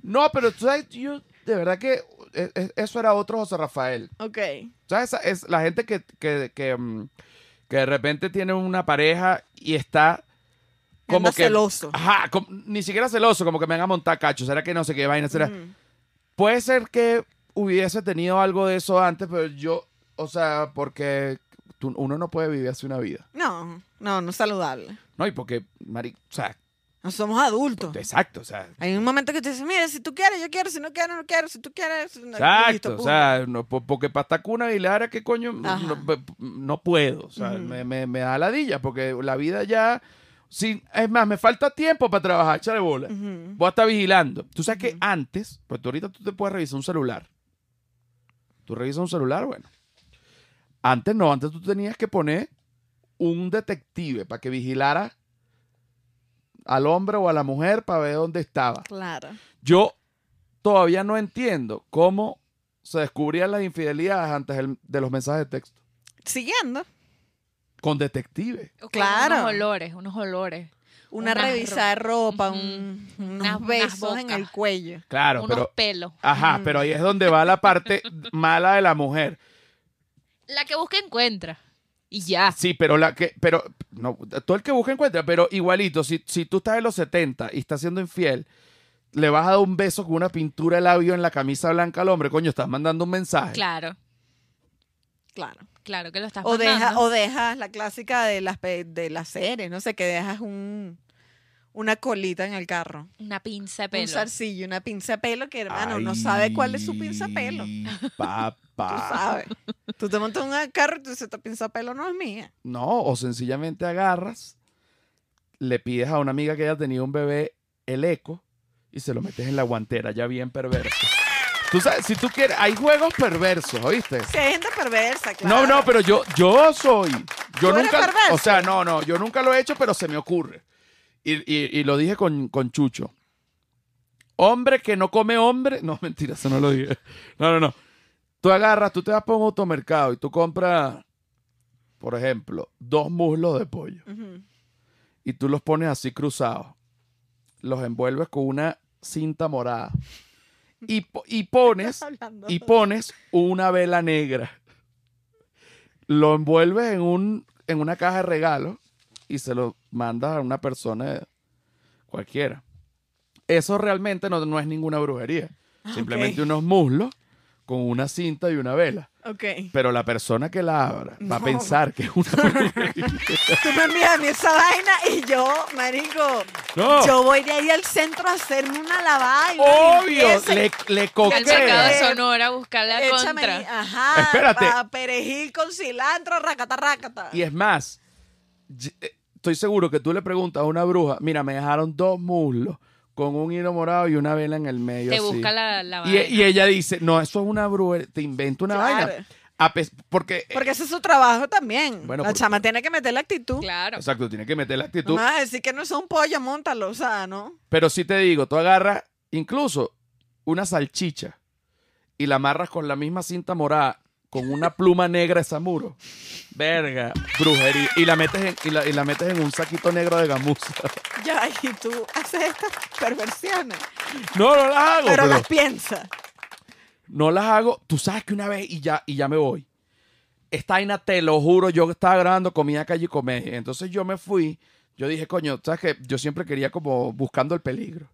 No, pero tú sabes, yo, de verdad que eh, eh, eso era otro José Rafael.
Ok.
¿Sabes? Esa- Es la gente que, que, que, mm, que de repente tiene una pareja y está como
Anda
que...
celoso.
Ajá, como- ni siquiera celoso, como que me van a montar cacho. ¿Será que no sé qué vaina? ¿Será?
Ujú.
Puede ser que hubiese tenido algo de eso antes, pero yo, o sea, porque tú- uno no puede vivir así una vida.
No, no, no es saludable.
No, y porque, Mari, o sea,
No somos adultos.
exacto, o sea,
Hay un momento que te dices, mira, si tú quieres, yo quiero, si no quieres, no quiero, si tú quieres. no- listo,
exacto, o
punto.
sea, no, po- porque para estar con una Aguilera, ¿qué coño? No,
Ajá.
pe- no puedo, o sea,
Ujú.
me, me- me da ladilla, porque la vida ya, sin, es más, me falta tiempo para trabajar, echarle bola.
Ujú.
Voy a estar vigilando. Tú sabes que
Ujú.
antes, pues tú ahorita tú te puedes revisar un celular. Tú revisas un celular, bueno. Antes no, antes tú tenías que poner un detective para que vigilara al hombre o a la mujer para ver dónde estaba.
Claro.
Yo todavía no entiendo cómo se descubrían las infidelidades antes del- de los mensajes de texto.
Siguiendo.
Con detective.
O con
Claro.
Unos olores, unos olores.
Una,
Unas ro-
revisada de ropa,
Ujú.
un-
Unas-
unos
unas
besos en el
bocas.
cuello.
Claro,
unos
pero.
pelos.
Ajá,
Mm.
pero ahí es donde va la parte mala de la mujer.
La que busca encuentra. Y ya.
Sí, pero la que, pero, no, todo el que busca encuentra, pero igualito, si, si tú estás en los 70 y estás siendo infiel, le vas a dar un beso con una pintura de labio en la camisa blanca al hombre, coño, estás mandando un mensaje.
Claro,
Claro.
claro que lo estás
O, deja,
mandando.
o dejas la clásica de las, pe- de las series, no sé, que dejas un, una colita en el carro.
Una pinza de
Un
pelo.
zarcillo, una pinza de pelo que, hermano, no sabe cuál es su pinza de (laughs) pelo.
Ay,
Tú
Papá.
sabes. Tú te montas en un carro y tú dices, esta pinza de pelo no es mía.
No, o sencillamente agarras, le pides a una amiga que haya tenido un bebé el eco y se lo metes en la guantera, ya bien perverso. Tú sabes, si tú quieres, hay juegos perversos, ¿oíste?
Si hay gente perversa,
No,
claro.
no, pero yo, yo soy. Yo
¿Tú eres
nunca.
perverso?
O sea, no, no, yo nunca lo he hecho, pero se me ocurre. Y, y- y lo dije con, con Chucho. Hombre que no come hombre. No, mentira, eso no lo dije. No, no, no. Tú agarras, tú te vas para un automercado y tú compras, por ejemplo, dos muslos de pollo
Ujú.
y tú los pones así cruzados. Los envuelves con una cinta morada y, po- y pones
Hablando.
y pones una vela negra. Lo envuelves en, un, en una caja de regalo y se lo mandas a una persona cualquiera. Eso realmente no, no es ninguna brujería. Simplemente
Ah, ok.
unos muslos con una cinta y una vela.
Ok.
Pero la persona que la abra va a
No.
pensar que es
(laughs)
una brujería.
Tú me envías a mí esa vaina y yo, marico,
No,
yo voy de ahí al centro a hacerme una lavada y una
obvio,
limpieza y
le, le
El mercado de
coquea.
Eh,
Sonora buscar la
Échame
contra.
ahí, ajá,
Espérate.
pa- perejil con cilantro, racata, racata.
Y es más, y- eh, estoy seguro que tú le preguntas a una bruja, mira, me dejaron dos muslos con un hilo morado y una vela en el medio.
Te
así".
busca la, la
y,
vaina.
y ella dice, no, eso es una bruja, te invento una
Claro.
vaina. A pes- porque, eh,
Porque ese es su trabajo también.
Bueno,
la
porque-
chama tiene que meter la actitud.
Claro.
exacto, tiene que meter la actitud.
No me vas a decir que no es un pollo, montalo, o sea, ¿no?
Pero si te digo, tú agarras incluso una salchicha y la amarras con la misma cinta morada, con una pluma negra de samuro. Verga, brujería. Y la metes en, y la, y la metes en un saquito negro de gamuza. (laughs)
Ya, y tú haces estas perversiones,
No, no la hago.
pero,
pero-
las piensas.
no las hago. Tú sabes que una vez y ya, y ya me voy. Esta vaina, te lo juro, yo estaba grabando comida calle y comedia. Entonces yo me fui. Yo dije, coño, ¿sabes que Yo siempre quería como buscando el peligro.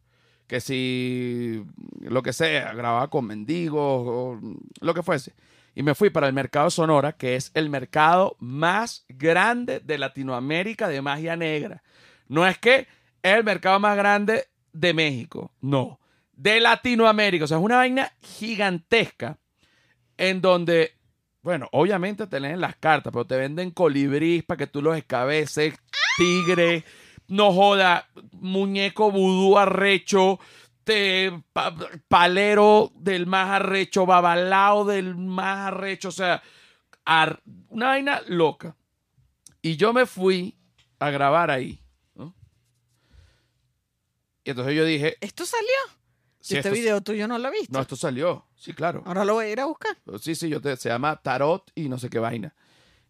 Que si lo que sea, grababa con mendigos o lo que fuese. Y me fui para el mercado Sonora, que es el mercado más grande de Latinoamérica de magia negra. No es que es el mercado más grande de México, no, de Latinoamérica. O sea, es una vaina gigantesca en donde, bueno, obviamente te leen las cartas, pero te venden colibrís para que tú los escabeces, tigre, no joda, muñeco vudú arrecho, te, pa- palero del más arrecho, babalao del más arrecho, o sea, ar- una vaina loca. Y yo me fui a grabar ahí. ¿no? Y entonces yo dije,
¿Esto salió?
si
este
esto-
video Ah. tuyo no lo viste.
No, esto salió. Sí, claro. Oh,
Ahora lo voy a ir a buscar.
Sí, sí, yo te, se llama Tarot y no sé qué vaina.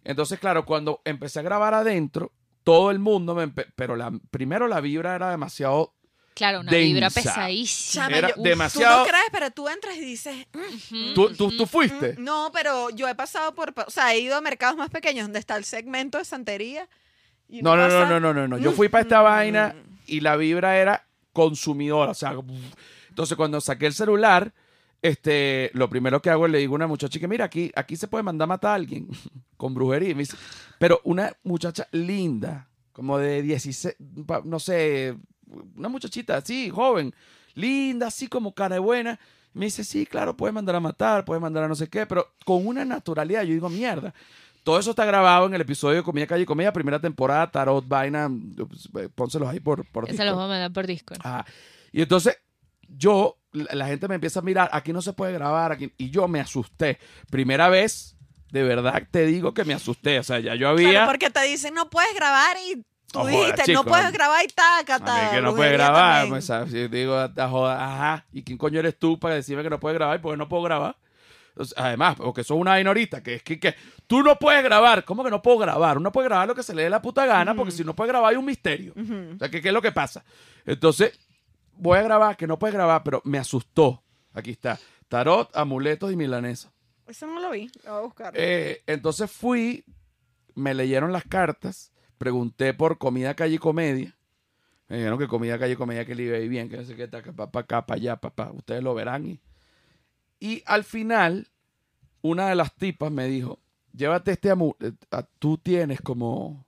Entonces, claro, cuando empecé a grabar adentro, todo el mundo me... empe- Pero la, primero la vibra era demasiado...
Claro, una
densa.
vibra pesadísima.
Chama,
Era
yo-
Uf,
demasiado-
Tú no crees, pero tú entras y dices,
ujú,
¿Tú, tú,
ujú.
tú fuiste?
Mm, No, pero yo he pasado por, o sea, he ido a mercados más pequeños donde está el segmento de santería. y
No,
uno
no, no,
pasa-
no, no, no, no. Yo
Mm,
fui para esta
mm,
vaina
mm.
y la vibra era consumidora. O sea, entonces cuando saqué el celular, este, lo primero que hago es le digo a una muchacha que mira, aquí, aquí se puede mandar a matar a alguien (laughs) con brujería. Y me dice, pero una muchacha linda, como de 16, pa- no sé, una muchachita así, joven, linda, así como cara de buena. Me dice, sí, claro, puedes mandar a matar, puedes mandar a no sé qué, pero con una naturalidad. Yo digo, mierda. Todo eso está grabado en el episodio de Comida Calle y Comedia, primera temporada, Tarot, Vaina, eh, pónselos ahí por, por
Se los
Discord.
voy a mandar por Discord.
Ajá. Y entonces yo, la, la gente me empieza a mirar, aquí no se puede grabar, aquí, y yo me asusté. Primera vez, de verdad te digo que me asusté. O sea, ya yo había...
Claro, porque te dicen, no puedes grabar y
No
tú
jodas,
dijiste, no
chico,
puedes
am-
grabar y taca,
A mí
taca.
que no puede grabar. pues, ¿sabes? Yo digo, "Ah, joda, ajá. ¿Y quién coño eres tú para decirme que no puede grabar? Porque no puedo grabar. O sea, Además, porque eso es una vaina ahorita, que es que, que tú no puedes grabar. ¿Cómo que no puedo grabar? Uno puede grabar lo que se le dé la puta gana, porque si no puedes grabar hay un misterio.
Ujú.
O sea, que- ¿qué es lo que pasa? Entonces, voy a grabar, que no puedes grabar, pero me asustó. Aquí está. Tarot, amuletos y milanesa.
Eso no lo vi, lo voy a buscar.
Eh, entonces fui, me leyeron las cartas, pregunté por comida, calle y comedia. Me dijeron que comida, calle y comedia, que le iba a ir bien, que no sé qué, tal, que papá, acá, para allá, papá. Ustedes lo verán. Y, y al final, una de las tipas me dijo, llévate este amu- eh, a- tú tienes como,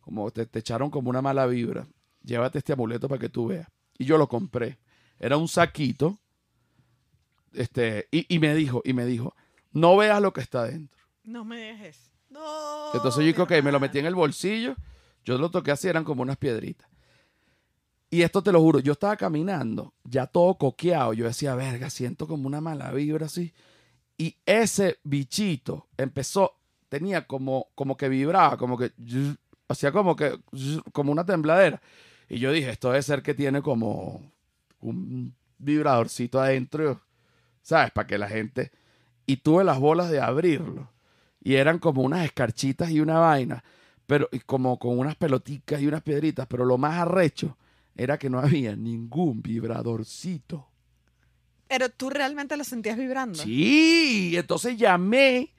como te, te echaron como una mala vibra. Llévate este amuleto para que tú veas. Y yo lo compré. Era un saquito. Este, y, y me dijo, y me dijo, no veas lo que está dentro.
No me dejes. No.
Entonces yo dije,
mi
ok, me lo metí
hermana.
en el bolsillo, yo lo toqué así, eran como unas piedritas. Y esto te lo juro, yo estaba caminando, ya todo coqueado, yo decía, verga, siento como una mala vibra así. Y ese bichito empezó, tenía como, como que vibraba, como que, zzz, hacía como que, zzz, como una tembladera. Y yo dije, esto debe ser que tiene como un vibradorcito adentro, ¿sabes? Para que la gente... Y tuve las bolas de abrirlo y eran como unas escarchitas y una vaina, pero y como con unas peloticas y unas piedritas, pero lo más arrecho era que no (laughs) había ningún vibradorcito.
Pero tú realmente lo sentías vibrando.
Sí, entonces llamé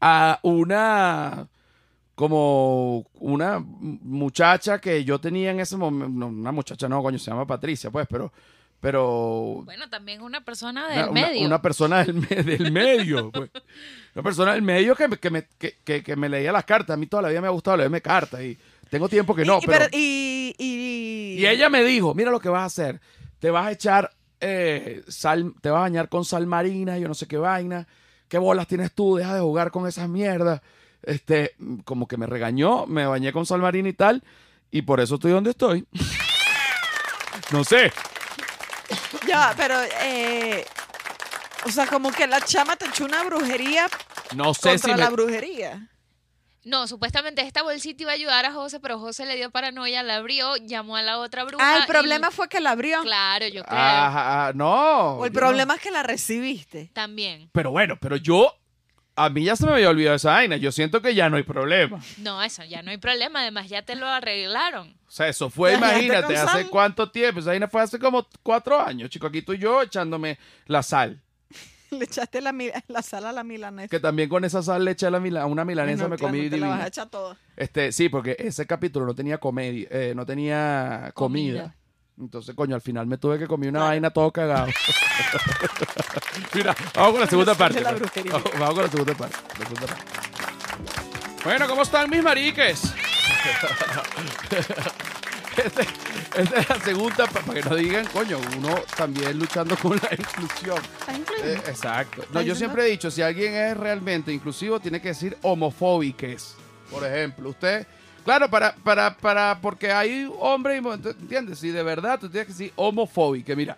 a una como una muchacha que yo tenía en ese momento, no, una muchacha no, coño, se llama Patricia, pues, pero pero
Bueno, también una persona
una,
del
una-
medio.
una persona del, me-
(laughs)
del medio. pues. Una persona del medio que, me- que, me, que, que- que me leía las cartas. A mí toda la vida me ha gustado leerme cartas y tengo tiempo que no.
y, y-
pero,
pero- y, y-
y ella me dijo, mira lo que vas a hacer. Te vas a echar eh, sal, te vas a bañar con sal marina, yo no sé qué vaina. ¿Qué bolas tienes tú? Deja de jugar con esas mierdas. Este, mm, como que me regañó, me bañé con sal marina y tal. Y por eso estoy donde estoy. (laughs) no sé.
Ya, va, pero. eh, o sea, como que la chama te echó una brujería
No sé
contra
si
la
me-
brujería.
No, supuestamente esta bolsita iba a ayudar a José, pero José le dio paranoia, la abrió, llamó a la otra bruja.
Ah, el
y-
problema fue que la abrió.
Claro, yo creo.
Ajá, no.
O el
yo no-
problema es que la recibiste. (laughs)
También.
Pero bueno, pero yo. A mí ya se me había olvidado esa vaina. Yo siento que ya no hay problema.
No, eso ya no hay problema. Además, ya te lo arreglaron.
O sea, eso fue,
Ya, ya te
imagínate,
cansan.
hace cuánto tiempo. Esa vaina fue hace como cuatro años, chico. Aquí tú y yo echándome la sal.
Le echaste la, mi- la sal a la milanesa.
Que también con esa sal le eché a la mila- a una milanesa,
No,
me
claro,
comí
no te la vas a
divina.
echar toda.
Este, sí, porque ese capítulo no tenía comedia, eh, no tenía comida.
Comida.
Entonces, coño, al final me tuve que comer una vaina todo
(laughs)
cagado. Mira, vamos con la segunda
Coño,
parte.
de la
pues.
brujería.
vamos, vamos con la segunda parte. la segunda parte. Bueno, ¿cómo están mis mariques? (laughs) Este- Esta es la segunda, pa- para que no digan, coño, uno también luchando con la inclusión. Eh, exacto. No, yo siempre he dicho, si alguien es realmente inclusivo, tiene que decir homofóbiques. Por ejemplo, usted. Claro, para, para, para, porque hay hombres, y mu- ent- ¿entiendes? Si de verdad tú tienes que decir homofóbique. Mira,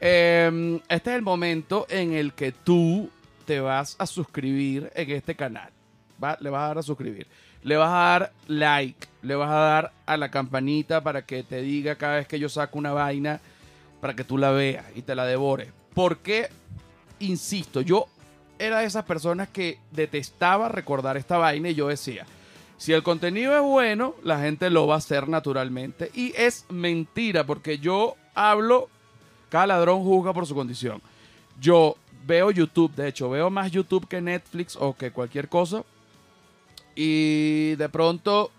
eh, este es el momento en el que tú te vas a suscribir en este canal. Va- le vas a dar a suscribir. Le vas a dar like. Le vas a dar a la campanita para que te diga cada vez que yo saco una vaina, para que tú la veas y te la devores. ¿Por qué insisto, yo era de esas personas que detestaba recordar esta vaina y yo decía, si el contenido es bueno, la gente lo va a hacer naturalmente. Y es mentira, porque yo hablo, cada ladrón juzga por su condición. Yo veo YouTube, de hecho, veo más YouTube que Netflix o que cualquier cosa. Y de pronto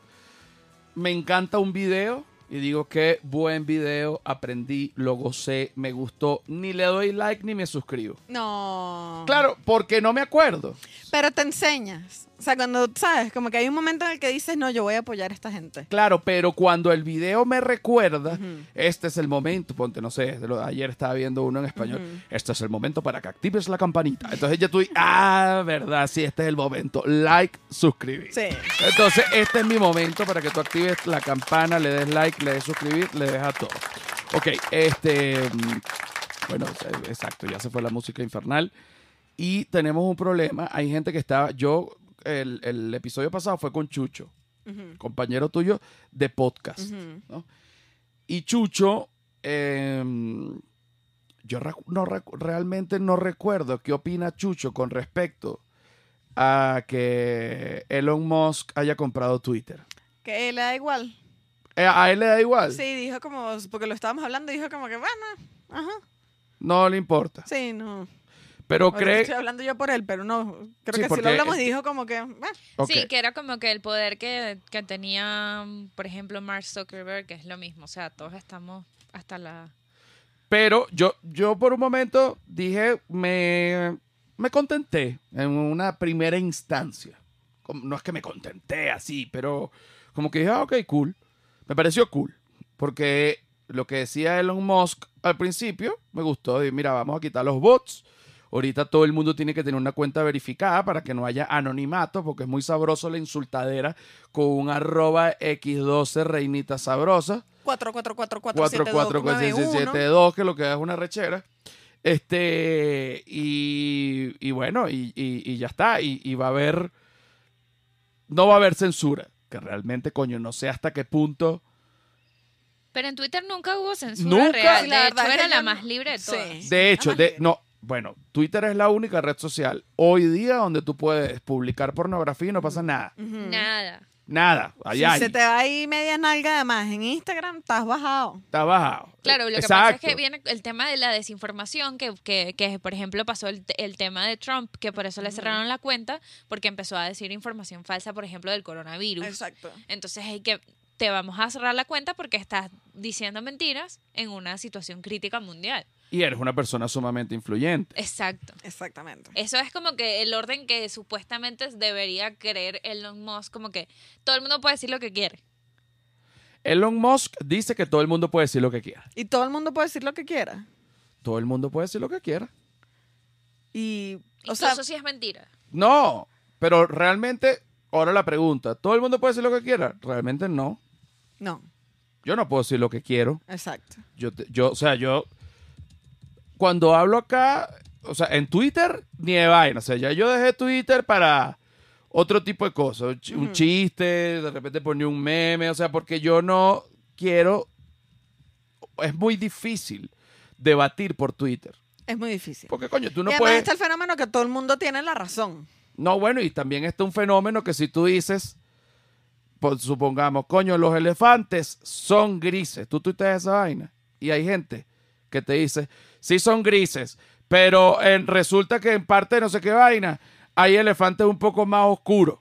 me encanta un video y digo que buen video, aprendí, lo gocé, me gustó, ni le doy like ni me suscribo.
No.
Claro, porque no me acuerdo.
Pero te enseñas. O sea, cuando, ¿sabes? Como que hay un momento en el que dices, no, yo voy a apoyar a esta gente.
Claro, pero cuando el video me recuerda,
Ujú.
este es el momento, ponte, no sé, de lo- ayer estaba viendo uno en español,
Ujú.
este es el momento para que actives la campanita. Entonces ya tú, di- ah, verdad, sí, este es el momento. Like, suscribir.
Sí.
Entonces, este es mi momento para que tú actives la campana, le des like, le des suscribir, le des a todo. Ok, este. mm, Bueno, eh, exacto, ya se fue la música infernal. Y tenemos un problema. Hay gente que estaba. Yo, el, el episodio pasado fue con Chucho,
Ujú,
compañero tuyo de podcast.
ujú.
Y Chucho, eh, yo recu- no recu- realmente no recuerdo qué opina Chucho con respecto a que Elon Musk haya comprado Twitter.
Que le da igual.
Eh, ¿A él le da igual?
Sí, dijo como, porque lo estábamos hablando, dijo como que, bueno, ajá.
No le importa.
Sí, no.
Pero
Ahorita
cree...
Estoy hablando yo por él, pero no.
Sí,
Creo que si
porque-
lo hablamos y dijo como que, eh, bueno,
Ok.
Sí, que era como que el poder que, que tenía, mm, por ejemplo, Mark Zuckerberg, que es lo mismo. O sea, todos estamos hasta la...
Pero yo, yo por un momento dije, me, me contenté en una primera instancia. Como- No es que me contenté así, pero como que dije, ah, ok, cool. Me pareció cool. Porque lo que decía Elon Musk al principio me gustó. Dije, mira, vamos a quitar los bots. Ahorita todo el mundo tiene que tener una cuenta verificada para que no haya anonimato, porque es muy sabroso la insultadera con un arroba x12 reinita sabrosa. pues,
444472991.
4-4-4-7-2, que lo que da es una rechera. Este, y, y bueno, y, y- y ya está. Y, y va a haber, no va a haber censura. Que realmente, coño, no sé hasta qué punto.
Pero en Twitter nunca hubo censura
Nunca.
Sí,
real. De
la verdad
hecho,
es que
era
yo
la
no-
más libre de
Sí.
todas.
De hecho,
más
de,
bien.
no, bueno, Twitter es la única red social hoy día donde tú puedes publicar pornografía y no pasa nada.
Mm.
Ujú.
Nada.
Nada,
Si
allá
se te va ahí media nalga de más en Instagram, estás bajado.
está bajado.
Claro, lo que pasa es
Exacto.
que viene el tema de la desinformación, que, que, que, por ejemplo pasó el, te- el tema de Trump, que por eso le cerraron la cuenta, porque empezó a decir información falsa, por ejemplo, del coronavirus.
Exacto.
Entonces hay que te vamos a cerrar la cuenta porque estás diciendo mentiras en una situación crítica mundial.
Y eres una persona sumamente influyente.
Exacto.
Exactamente.
Eso es como que el orden que supuestamente debería creer Elon Musk, como que todo el mundo puede decir lo que quiere.
Elon Musk dice que todo el mundo puede decir lo que quiera.
Y todo el mundo puede decir lo que quiera.
Todo el mundo puede decir lo que quiera.
Y, o
Incluso
sea,
si es mentira.
No, pero realmente, ahora la pregunta, ¿todo el mundo puede decir lo que quiera? Realmente no.
no,
Yo no puedo decir lo que quiero.
exacto.
Yo, te- yo o sea, yo, cuando hablo acá, o sea, en Twitter, ni de vaina. O sea, ya yo dejé Twitter para otro tipo de cosas. Un, chi- un
Ujú.
chiste, de repente ponía un meme, o sea, porque yo no quiero, es muy difícil debatir por Twitter.
Es muy difícil.
Porque, coño, tú
y
no
además
puedes...
está el fenómeno que todo el mundo tiene la razón.
No, bueno, y también está un fenómeno que si tú dices, por- supongamos, coño, los elefantes son grises. Tú tuiteas esa vaina. Y hay gente que te dice, sí son grises, pero en- resulta que en parte de no sé qué vaina hay elefantes un poco más oscuros.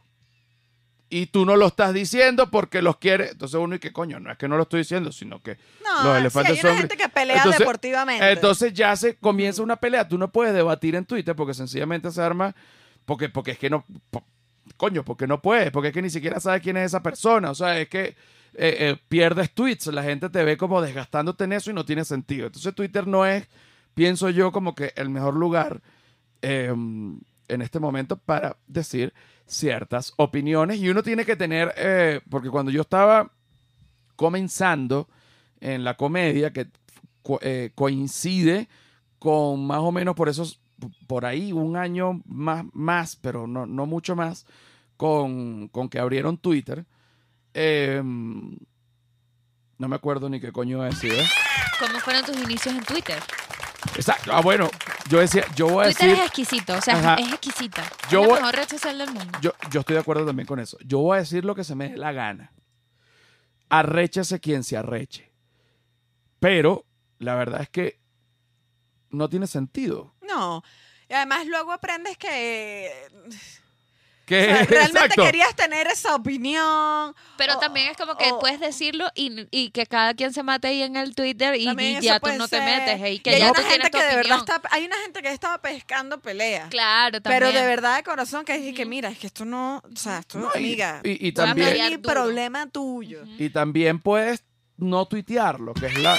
Y tú no lo estás diciendo porque los quieres. Entonces uno y que coño, no es que no lo estoy diciendo, sino que
No,
los
sí,
elefantes
hay una
son
gente que pelea
Entonces-
deportivamente.
entonces ya se comienza una pelea. Tú no puedes debatir en Twitter porque sencillamente se arma. Porque, porque es que no. po- coño, porque no puedes. Porque es que ni siquiera sabes quién es esa persona. O sea, es que eh, eh, pierdes tweets. La gente te ve como desgastándote en eso y no tiene sentido. Entonces Twitter no es, pienso yo, como que el mejor lugar eh, en este momento para decir ciertas opiniones. Y uno tiene que tener. eh, porque cuando yo estaba comenzando en la comedia que co- eh, coincide con más o menos por esos por ahí un año más, más pero no, no mucho más con, con que abrieron Twitter Em, no me acuerdo ni qué coño iba a decir ¿eh?
¿Cómo fueron tus inicios en Twitter?
Exacto. ah bueno yo decía yo voy a
Twitter
decir
es exquisito, o sea,
Pues Ajá.
es exquisita.
Yo
es
voy-
la mejor red social del mundo.
yo, yo estoy de acuerdo también con eso yo voy a decir lo que se me dé la gana arréchese quien se arreche pero la verdad es que no tiene sentido
No. Y además luego aprendes que eh,
que (laughs)
o sea, realmente
Eh, exacto.
querías tener esa opinión. o-
Pero también es como que
o-
puedes decirlo y, y que cada quien se mate ahí en el Twitter y,
También
y
eso
ya tú
puede
no
ser.
te metes. Y que
Y hay
ya
una
tú tienes
gente
tu
que de verdad
opinión.
está, hay una gente que estaba pescando peleas.
Claro, también.
Pero de verdad, de corazón, que dije que mira, es que esto no, o sea, esto,
No, y-
amiga,
y- y
voy a
también-
pelear
Duro.
problema tuyo.
Y también puedes no tuitearlo, que es la...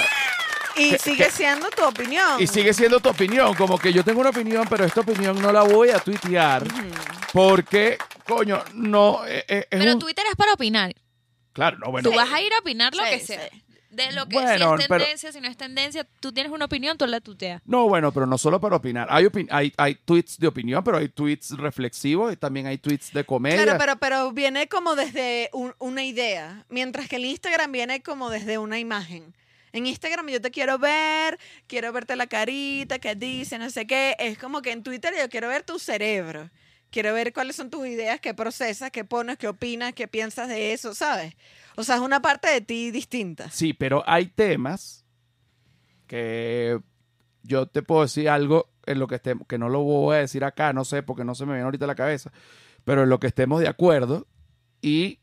Y
Que-
sigue
que-
siendo tu opinión.
Y sigue siendo tu opinión, como que yo tengo una opinión, pero esta opinión no la voy a tuitear
Ujú.
porque, coño, no... eh, eh, es
Pero
un-
Twitter es para opinar.
Claro, no, bueno.
tú vas a ir a opinar lo
Sí,
que
sí.
sea. De lo que
Bueno,
si es
pero-
tendencia, si no es tendencia, tú tienes una opinión, tú la tuteas.
No, bueno, pero no solo para opinar. Hay, opin- hay, hay tweets de opinión, pero hay tweets reflexivos y también hay tweets de comedia.
Claro, pero, pero viene como desde un- una idea, mientras que el Instagram viene como desde una imagen. En Instagram yo te quiero ver, quiero verte la carita, qué dice, no sé qué. Es como que en Twitter yo quiero ver tu cerebro. Quiero ver cuáles son tus ideas, qué procesas, qué pones, qué opinas, qué piensas de eso, ¿sabes? O sea, es una parte de ti distinta.
Sí, pero hay temas que yo te puedo decir algo en lo que estemos, que no lo voy a decir acá, no sé, porque no se me viene ahorita a la cabeza, pero en lo que estemos de acuerdo y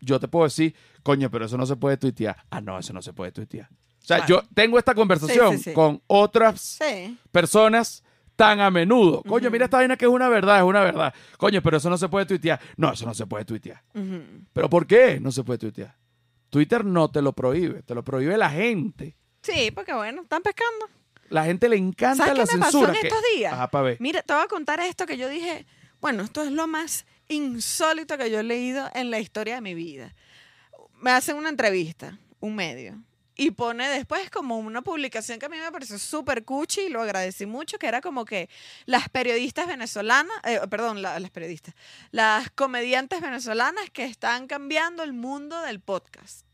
yo te puedo decir, coño, pero eso no se puede tuitear. Ah, no, eso no se puede tuitear. O sea,
Claro.
yo tengo esta conversación
Sí, sí, sí.
con otras
Sí.
personas tan a menudo. Coño, mira esta vaina que es una verdad, es una verdad. Coño, pero eso no se puede tuitear. No, eso no se puede tuitear.
Ujú.
¿Pero por qué no se puede tuitear? Twitter no te lo prohíbe, te lo prohíbe la gente.
Sí, porque bueno, están pescando.
La gente le encanta
¿Sabes
la
qué me pasó
censura.
en
que-
estos días?
Ajá, pa' ver.
Mira, te voy a contar esto que yo dije, bueno, esto es lo más insólito que yo he leído en la historia de mi vida. Me hacen una entrevista, un medio, y pone después como una publicación que a mí me pareció súper cuchi y lo agradecí mucho, que era como que las periodistas venezolanas, eh, perdón, la- las periodistas, las comediantes venezolanas que están cambiando el mundo del podcast.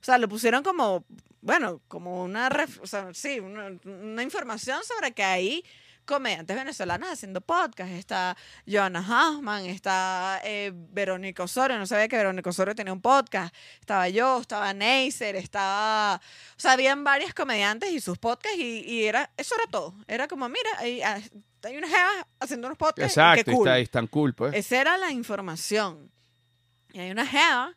O sea, lo pusieron como, bueno, como una, ref- o sea, sí, una, una información sobre que hay comediantes venezolanas haciendo podcast. Está Johanna Hassman, está eh, Verónica Osorio, no sabía que Verónica Osorio tenía un podcast. Estaba yo, estaba Neisser, estaba... O sea, habían varias comediantes y sus podcasts y, y era, eso era todo. Era como, mira, hay, hay unas jevas haciendo unos podcasts. y
Exacto,
qué
y
cool.
está, y están cool, pues.
Esa era la información. Y hay una jeva,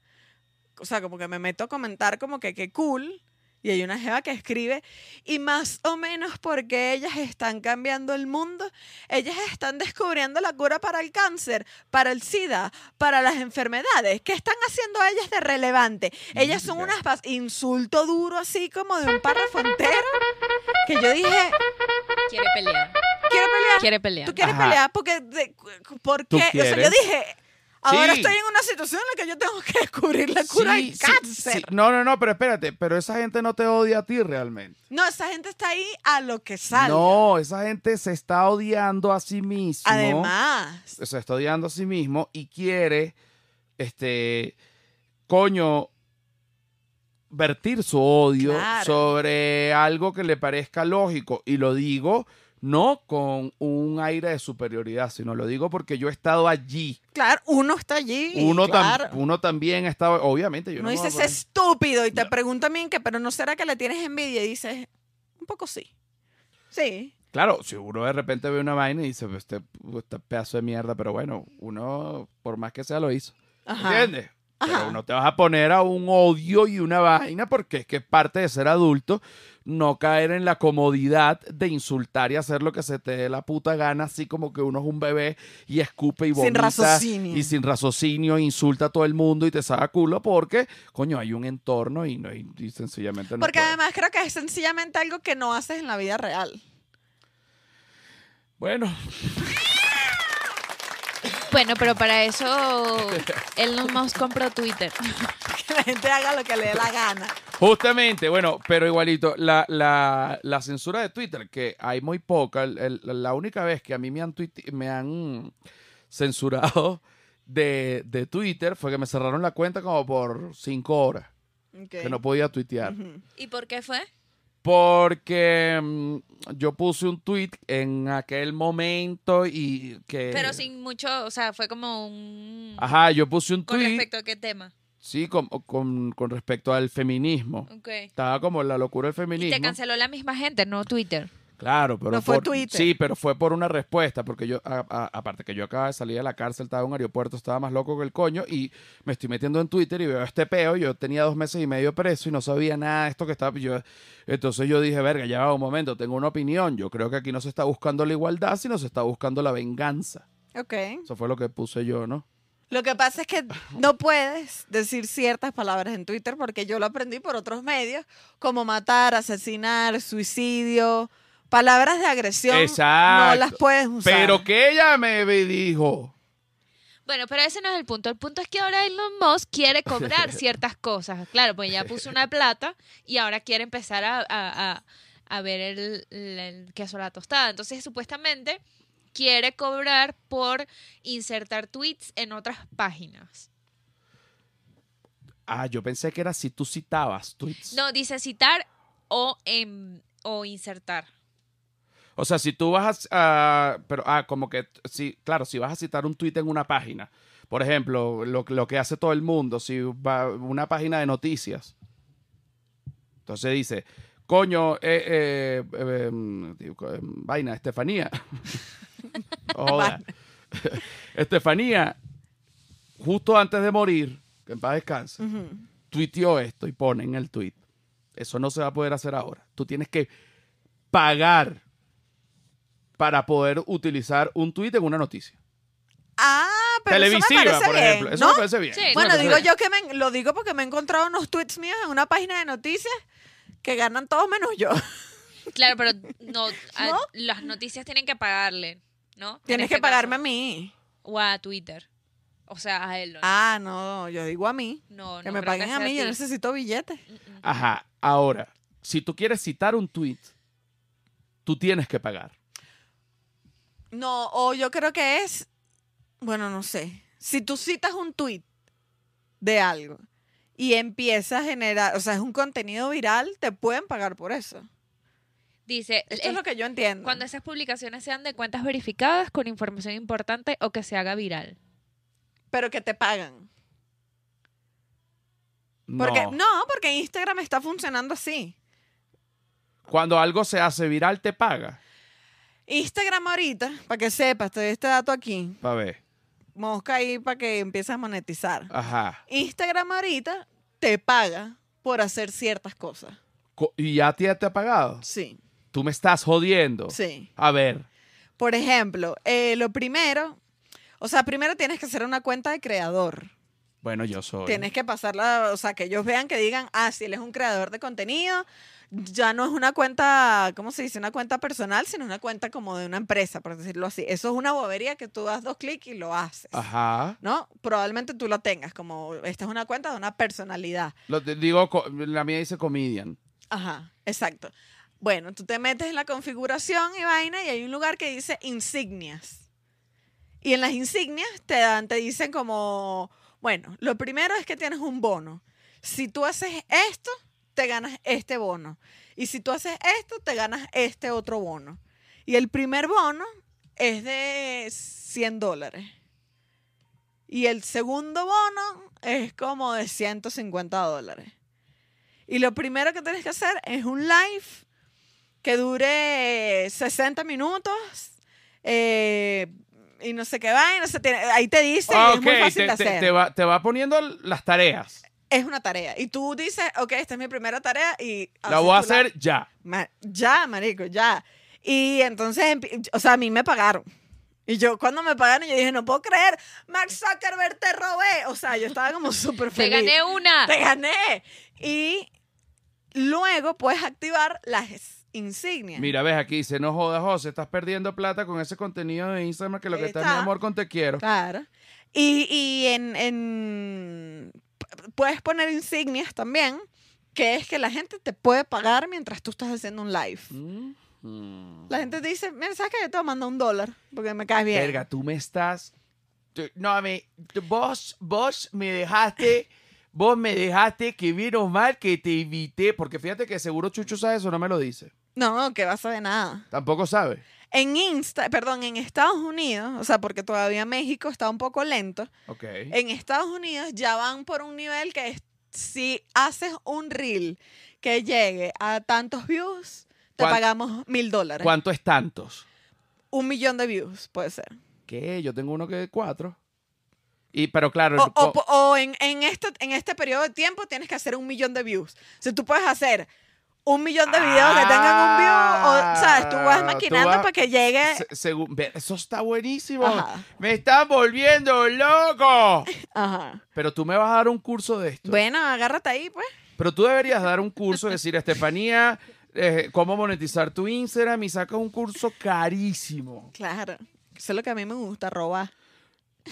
o sea, como que me meto a comentar como que qué cool. Y hay una jeva que escribe, y más o menos porque ellas están cambiando el mundo, ellas están descubriendo la cura para el cáncer, para el SIDA, para las enfermedades. ¿Qué están haciendo ellas de relevante? Ellas son
Mira.
unas pas- insulto duro así como de un párrafo entero, que yo dije,
Quiere pelear.
quiero pelear.
Quiere pelear.
Tú quieres
Ajá.
pelear porque, de- porque
Tú
o sea,
quieres.
yo dije, ahora
Sí.
estoy en una situación en la que yo tengo que (laughs) descubrir la cura
Sí,
del
sí,
cáncer.
sí. No, no, no, pero espérate, pero esa gente no te odia a ti realmente.
No, esa gente está ahí a lo que sale.
No, esa gente se está odiando a sí mismo.
Además,
se está odiando a sí mismo y quiere, este, coño, vertir su odio
Claro.
sobre algo que le parezca lógico. Y lo digo no con un aire de superioridad, sino lo digo porque yo he estado allí.
claro, uno está allí. y
Uno, tam-
claro,
uno también ha estado, obviamente, yo no,
uno
me voy
dice,
a
es
poner-
estúpido y te
No.
pregunta bien que, pero ¿no será que le tienes envidia? Y dices, un poco sí. Sí.
Claro, si uno de repente ve una vaina y dice, "Pues, este, este pedazo de mierda, pero bueno, uno, por más que sea, lo hizo.
Ajá.
¿Entiendes?
Ajá.
Pero no te vas a poner a un odio y una vaina porque es que parte de ser adulto no caer en la comodidad de insultar y hacer lo que se te dé la puta gana, así como que uno es un bebé y escupe y
Sin
vomita
raciocinio.
y sin raciocinio insulta a todo el mundo y te saca culo porque, coño, hay un entorno y, no, y, y sencillamente no
Porque
puedes.
además creo que es sencillamente algo que no haces en la vida real. (laughs)
Bueno,
Bueno, pero para (laughs) eso Elon Musk compró Twitter.
Que la gente haga lo que le dé la gana.
Justamente, bueno, pero igualito, la, la, la censura de Twitter, que hay muy poca, el- el- la única vez que a mí me han, tuite- me han censurado de, de Twitter fue que me cerraron la cuenta como por cinco horas,
Ok.
que no podía tuitear.
Ujú.
¿Y por qué fue?
Porque mm, yo puse un tweet en aquel momento y que...
Pero sin mucho, o sea, fue como un...
Eh, Ajá, yo puse un
¿Con
tweet,
respecto a qué tema?
sí, con, con, con respecto al feminismo.
Ok.
Estaba como la locura del
Y
feminismo.
te canceló la misma gente, no Twitter.
Claro, pero
No fue
por-
Twitter.
Sí, pero fue por una respuesta, porque yo, a- a- aparte que yo acababa de salir de la cárcel, estaba en un aeropuerto, estaba más loco que el coño, y me estoy metiendo en Twitter y veo este peo, yo tenía dos meses y medio preso y no sabía nada de esto que estaba, yo, entonces yo dije, verga, ya va un momento, tengo una opinión, yo creo que aquí no se está buscando la igualdad, sino se está buscando la venganza.
Ok.
Eso fue lo que puse yo, ¿no?
Lo que pasa es que no puedes decir ciertas palabras en Twitter porque yo lo aprendí por otros medios, como matar, asesinar, suicidio, palabras de agresión. No
Exacto.
las puedes usar.
Pero que ella me dijo,
Bueno, pero ese no es el punto. El punto es que ahora Elon Musk
(laughs)
quiere cobrar ciertas cosas. Claro, pues ya puso una plata y ahora quiere empezar a, a- a- a ver el, el- el queso a la tostada. Entonces, supuestamente quiere cobrar por insertar tweets en otras páginas.
ah, yo pensé que era si tú citabas tweets.
No, dice citar o, em- o insertar.
O sea, si tú vas a, a- pero ah, como que sí, claro, si vas a citar un tuit en una página, por ejemplo, lo, lo que hace todo el mundo, si va una página de noticias, entonces dice, coño, eh, eh, eh, em, digo, em, vaina, Estefanía, Joda. (laughs) Estefanía, justo antes de morir, que en paz descanse,
Ujú.
tuiteó esto y pone en el tweet. Eso no se va a poder hacer ahora. Tú tienes que pagar para poder utilizar un tweet en una noticia.
Ah, pero
Televisiva,
eso me parece
por
bien,
ejemplo. Eso
¿no?
me parece bien.
Sí,
Eso me
Bueno,
parece
digo
bien.
yo que me, lo digo porque me he encontrado unos tweets míos en una página de noticias que ganan todos menos
(laughs)
yo.
Claro, pero
(laughs)
no, a-
¿No?
las noticias tienen que pagarle, ¿no? En
Tienes
este
que pagarme
caso.
a mí.
O a Twitter. O sea, a él. No,
Ah, no, yo digo a mí.
no,
que
no
me
creo
paguen a
sea
mí, yo
ti.
necesito billetes.
Mm, mm.
Ajá. Ahora, si tú quieres citar un tweet, tú tienes que pagar.
No, o yo creo que es, bueno, no sé. Si tú citas un tweet de algo y empieza a generar, o sea, es un contenido viral, te pueden pagar por eso.
Dice,
Esto es lo que yo entiendo.
cuando esas publicaciones sean de cuentas verificadas con información importante o que se haga viral.
Pero que te pagan.
No.
Porque, no. porque Instagram está funcionando así.
Cuando algo se hace viral, te paga.
Instagram ahorita, para que sepas, te doy este dato aquí.
Pa' ver.
Mosca ahí para que empieces a monetizar.
Ajá.
Instagram ahorita te paga por hacer ciertas cosas.
Co- ¿Y ya te, te ha pagado?
Sí,
Tú me estás jodiendo.
sí.
A ver.
Por ejemplo, eh, lo primero, o sea, primero tienes que hacer una cuenta de creador.
Bueno, yo soy.
Tienes que pasarla, o sea, que ellos vean que digan, ah, si él es un creador de contenido, ya no es una cuenta, ¿cómo se dice? Una cuenta personal, sino una cuenta como de una empresa, por decirlo así. Eso es una bobería que tú das dos clics y lo haces.
Ajá.
¿No? Probablemente tú la tengas, como esta es una cuenta de una personalidad.
Lo, te digo, co- la mía dice comedian.
Ajá, exacto. Bueno, tú te metes en la configuración y vaina y hay un lugar que dice insignias. Y en las insignias te dan, te dicen como, bueno, lo primero es que tienes un bono. Si tú haces esto, te ganas este bono. Y si tú haces esto, te ganas este otro bono. Y el primer bono es de 100 dólares. Y el segundo bono es como de 150 dólares. Y lo primero que tienes que hacer es un live que dure eh, 60 minutos eh, y no sé qué va, ahí te dice, y
Ah,
es muy
ok,
fácil
te,
de
te-
hacer.
te va, te va poniendo las tareas.
Es una tarea. Y tú dices, ok, esta es mi primera tarea y...
la voy a
haces Ah, tú la-
hacer ya.
Ma- ya, marico, ya. Y entonces, empi- o sea, a mí me pagaron. Y yo cuando me pagaron, yo dije, no puedo creer, Mark Zuckerberg, te robé. O sea, yo estaba como (laughs) súper
¡Te
feliz.
gané una!
¡Te gané! Y luego puedes activar las insignias.
Mira, ves aquí, dice, no jodas, José, estás perdiendo plata con ese contenido de Instagram que lo que
Ahí
está, es mi
está.
amor con te quiero.
Claro. Y, y en, en- p- puedes poner insignias también, que es que la gente te puede pagar mientras tú estás haciendo un live.
Mm.
La gente te dice, mira, ¿sabes que Yo te voy a mandar un dólar porque me caes bien.
Verga, tú me estás... tú- No, a mí, tú- vos, vos me dejaste... Vos me dejaste que vieron mal que te invité, porque fíjate que seguro Chucho sabe eso, no me lo dice.
No, que vas a ver nada.
Tampoco sabe.
En Insta, perdón, en Estados Unidos, o sea, porque todavía México está un poco lento,
Ok.
en Estados Unidos ya van por un nivel que es, si haces un reel que llegue a tantos views, te
¿Cuán-
pagamos mil dólares.
¿Cuánto es tantos?
Un millón de views, puede ser.
¿Qué? Yo tengo uno que es cuatro. Y, pero claro...
O, o-
co-
o en, en este, en este periodo de tiempo tienes que hacer un millón de views. O sea, tú puedes hacer un millón de videos que tengan un view, o, ¿sabes? Tú vas
Ah, tú
maquinando
vas-
para que llegue...
se- según- ve, eso está buenísimo.
eh. Ajá,
Me están volviendo loco.
ajá.
Pero tú me vas a dar un curso de esto.
Bueno, agárrate ahí, pues.
Pero tú deberías dar un curso, decir, Estefanía, eh, cómo monetizar tu Instagram y sacas un curso carísimo.
Claro. Eso es lo que a mí me gusta, robar.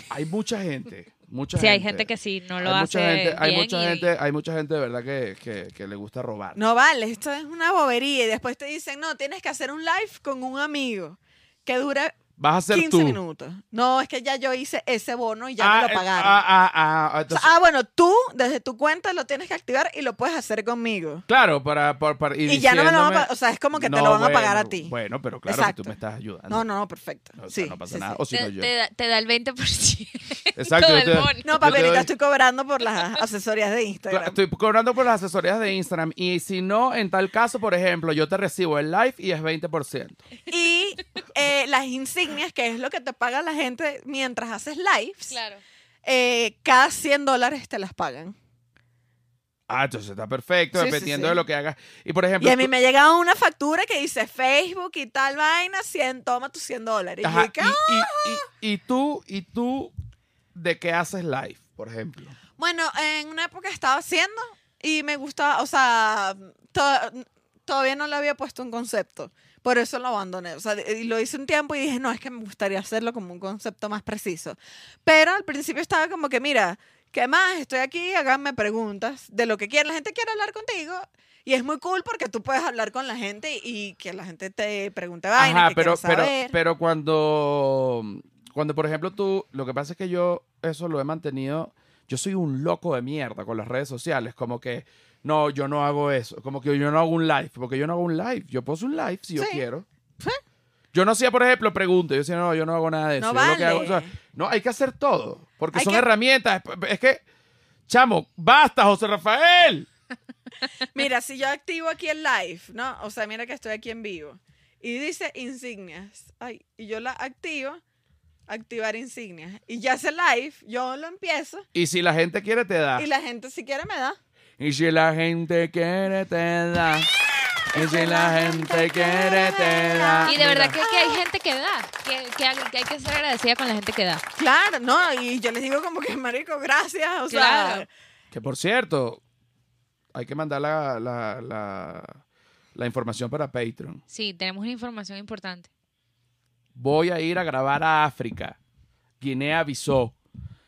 Hay mucha gente. Mucha
Si hay gente que sí, no lo
hay
hace
mucha gente, hay
bien
mucha
y-
gente, hay mucha gente de verdad que, que- que le gusta robar.
No vale, esto es una bobería. Y después te dicen, no, tienes que hacer un live con un amigo que dura
Vas a ser
15
tú.
minutos. No, es que ya yo hice ese bono y ya
Ah,
me
eh,
lo pagaron.
Ah, ah, ah, ah,
O sea,
entonces-
ah, bueno, tú desde tu cuenta lo tienes que activar y lo puedes hacer conmigo.
claro, para, para, para-
ah. Y, ya no me lo van a
diciéndome-
pagar. O sea, es como que te
No,
lo van
bueno,
a pagar a ti.
Bueno, pero claro que
Exacto.
tú me estás ayudando.
no, no, no, perfecto.
O sea,
sí,
no pasa
sí,
nada.
sí.
O si no,
Te,
yo.
te da, te da el 20%.
Exacto,
todo
yo
el
te-
bono.
yo
No,
te doy-
papelita, estoy cobrando por las (laughs) asesorías de
Claro,
Instagram.
Estoy cobrando por las asesorías de Instagram. Y si no, en tal caso, por ejemplo, yo te recibo el live y es 20%.
Y eh, las insignias, que es lo que te paga la gente mientras haces lives,
Claro.
eh, cada 100 dólares te las pagan.
Ah, entonces está perfecto,
Sí, sí,
dependiendo
sí.
de lo que hagas. Y por ejemplo.
Y a mí
tú-
me ha llegado una factura que dice Facebook y tal vaina, 100, toma tus 100 dólares. Y
Ajá,
yo, ¿qué?
y,
"Ah".
y- y- y tú, y tú, ¿de qué haces live, por ejemplo?
Bueno, en una época estaba haciendo y me gustaba, o sea, to- todavía no le había puesto un concepto. Por eso lo abandoné. O sea, de- y lo hice un tiempo y dije, no, es que me gustaría hacerlo como un concepto más preciso. Pero al principio estaba como que, mira, ¿qué más? Estoy aquí, háganme preguntas de lo que quieran. La gente quiere hablar contigo. Y es muy cool porque tú puedes hablar con la gente y que la gente te pregunte vainas
Ajá,
que
pero,
quieras
pero,
saber.
pero cuando, cuando, por ejemplo, tú, lo que pasa es que yo eso lo he mantenido, yo soy un loco de mierda con las redes sociales, como que, no, yo no hago eso, como que yo no hago un live, porque yo no hago un live, yo puedo hacer un live si yo
Sí.
quiero.
Sí.
Yo no hacía, por ejemplo, preguntas, yo decía, no, yo no hago nada de eso.
No
yo lo que hago-
vale.
o sea, no, hay que hacer todo, porque
Hay
son
que-
herramientas, es que, chamo, basta, José Rafael.
Mira, si yo activo aquí el live, ¿no? O sea, mira que estoy aquí en vivo. Y dice insignias. Ay, y yo la activo, activar insignias. Y ya hace live, yo lo empiezo.
Y si la gente quiere, te da.
Y la gente si quiere me da.
Y si la gente quiere, te da. Y si la gente quiere, te da.
Y de verdad que, que hay gente que da, que, que hay- que hay que ser agradecida con la gente que da.
Claro, ¿no? Y yo les digo como que, marico, gracias. O
Claro.
sea,
Que por cierto, hay que mandar la, la, la, la información para Patreon.
Sí, tenemos una información importante.
Voy a ir a grabar a África. Guinea avisó.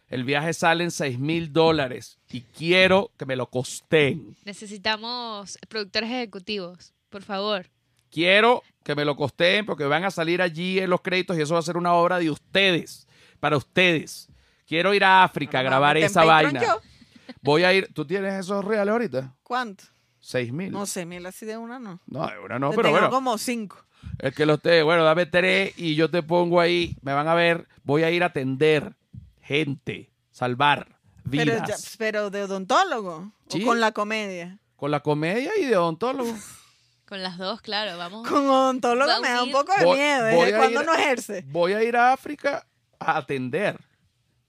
El viaje sale en 6 mil dólares y quiero que me lo costeen.
Necesitamos productores ejecutivos, por favor.
Quiero que me lo costeen porque van a salir allí en los créditos y eso va a ser una obra de ustedes, para ustedes. Quiero ir a África a
no,
grabar
mamá,
esa
¿te
vaina.
encuentro yo?
Voy a ir. ¿Tú tienes esos reales ahorita?
¿Cuánto?
Seis mil.
No sé, mil así de una no.
No, de una no,
Yo
pero
tengo
bueno.
como cinco.
El que los te, bueno, dame tres y yo te pongo ahí. Me van a ver. Voy a ir a atender gente, salvar
Pero,
vidas.
ya- pues, pero de odontólogo.
Sí.
O con la comedia.
Con la comedia y de odontólogo.
(laughs)
Con las dos, claro, vamos.
Con odontólogo me da un poco de
Voy-
miedo.
voy
¿Desde
a
cuándo
ir-
no ejerce?
Voy a ir a África a atender.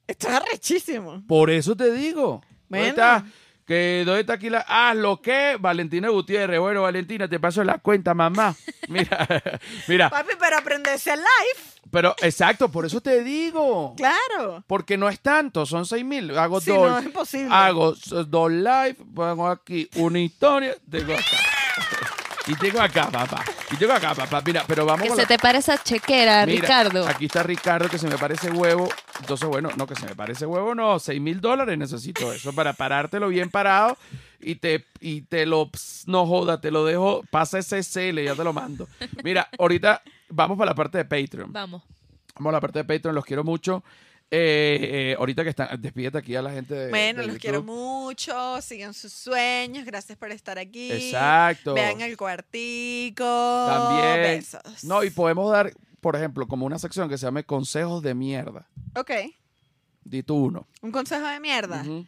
Esto es arrechísimo.
Por eso te digo. ¿Dónde
Bueno.
está? Que, ¿Dónde está aquí la.? Ah, lo que. Valentina Gutiérrez. Bueno, Valentina, te paso la cuenta, mamá. Mira, (laughs) mira.
Papi, pero aprenderse el live,
Pero exacto, por eso te digo.
claro.
Porque no es tanto, son 6 mil. Hago
Sí,
dos.
no, es imposible.
Hago s- dos live, pongo aquí una historia, tengo acá. Y tengo acá, (laughs) papá. Y tengo acá, papá. Mira, pero vamos
Que
con
se
la-
te pare esa chequera,
Mira,
Ricardo.
Aquí está Ricardo, que se me parece huevo. Entonces, bueno, no, que se me parece huevo, no. 6 mil dólares necesito eso para parártelo bien parado y te, y te lo. ps, No joda, te lo dejo. Pasa ese CL, ya te lo mando. Mira, ahorita vamos para la parte de Patreon.
Vamos.
Vamos a la parte de Patreon, los quiero mucho. Eh, eh, ahorita que están, despídete aquí a la gente de.
Bueno,
de
los
YouTube.
quiero mucho, sigan sus sueños, gracias por estar aquí.
Exacto.
Vean el cuartico.
También.
Besos.
No, y podemos dar, por ejemplo, como una sección que se llame Consejos de mierda.
Ok,
Di tú uno.
un consejo de mierda.
Ujú.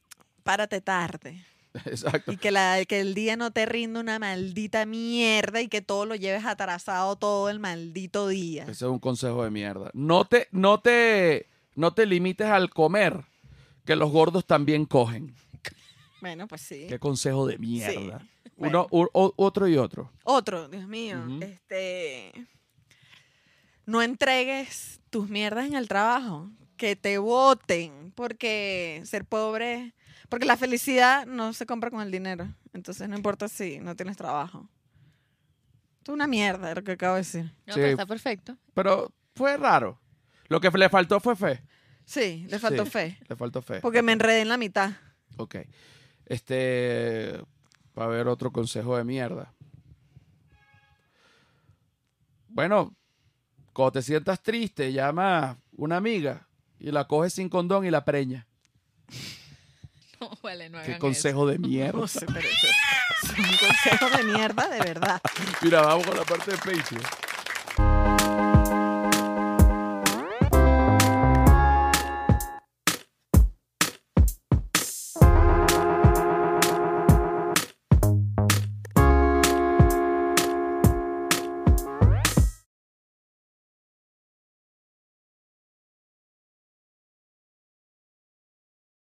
(laughs)
Párate tarde.
Exacto.
Y que, la, que el día no te rinda una maldita mierda y que todo lo lleves atrasado todo el maldito día.
Ese es un consejo de mierda. No te, no te, no te limites al comer, que los gordos también cogen.
Bueno, pues sí.
Qué consejo de mierda.
Bueno.
Uno, u- o- otro y otro.
Otro, Dios mío.
Ujú.
Este. No entregues tus mierdas en el trabajo. Que te voten. Porque ser pobre. Porque la felicidad no se compra con el dinero. Entonces no importa si no tienes trabajo. Esto es una mierda lo que acabo de decir.
No,
Sí.
pero está perfecto. (laughs)
Pero fue raro. Lo que le faltó fue fe.
Sí, le faltó
Sí,
fe.
Le faltó fe.
Porque me enredé en la mitad.
Ok. Este. Va a haber otro consejo de mierda. Bueno, cuando te sientas triste, llama a una amiga y la coges sin condón y la preña.
No, vale, no hagan
Qué
eso.
consejo de mierda.
(laughs)
No sé, pero eso- eso es un consejo de mierda, de verdad.
Mira, vamos con la parte de Patreon.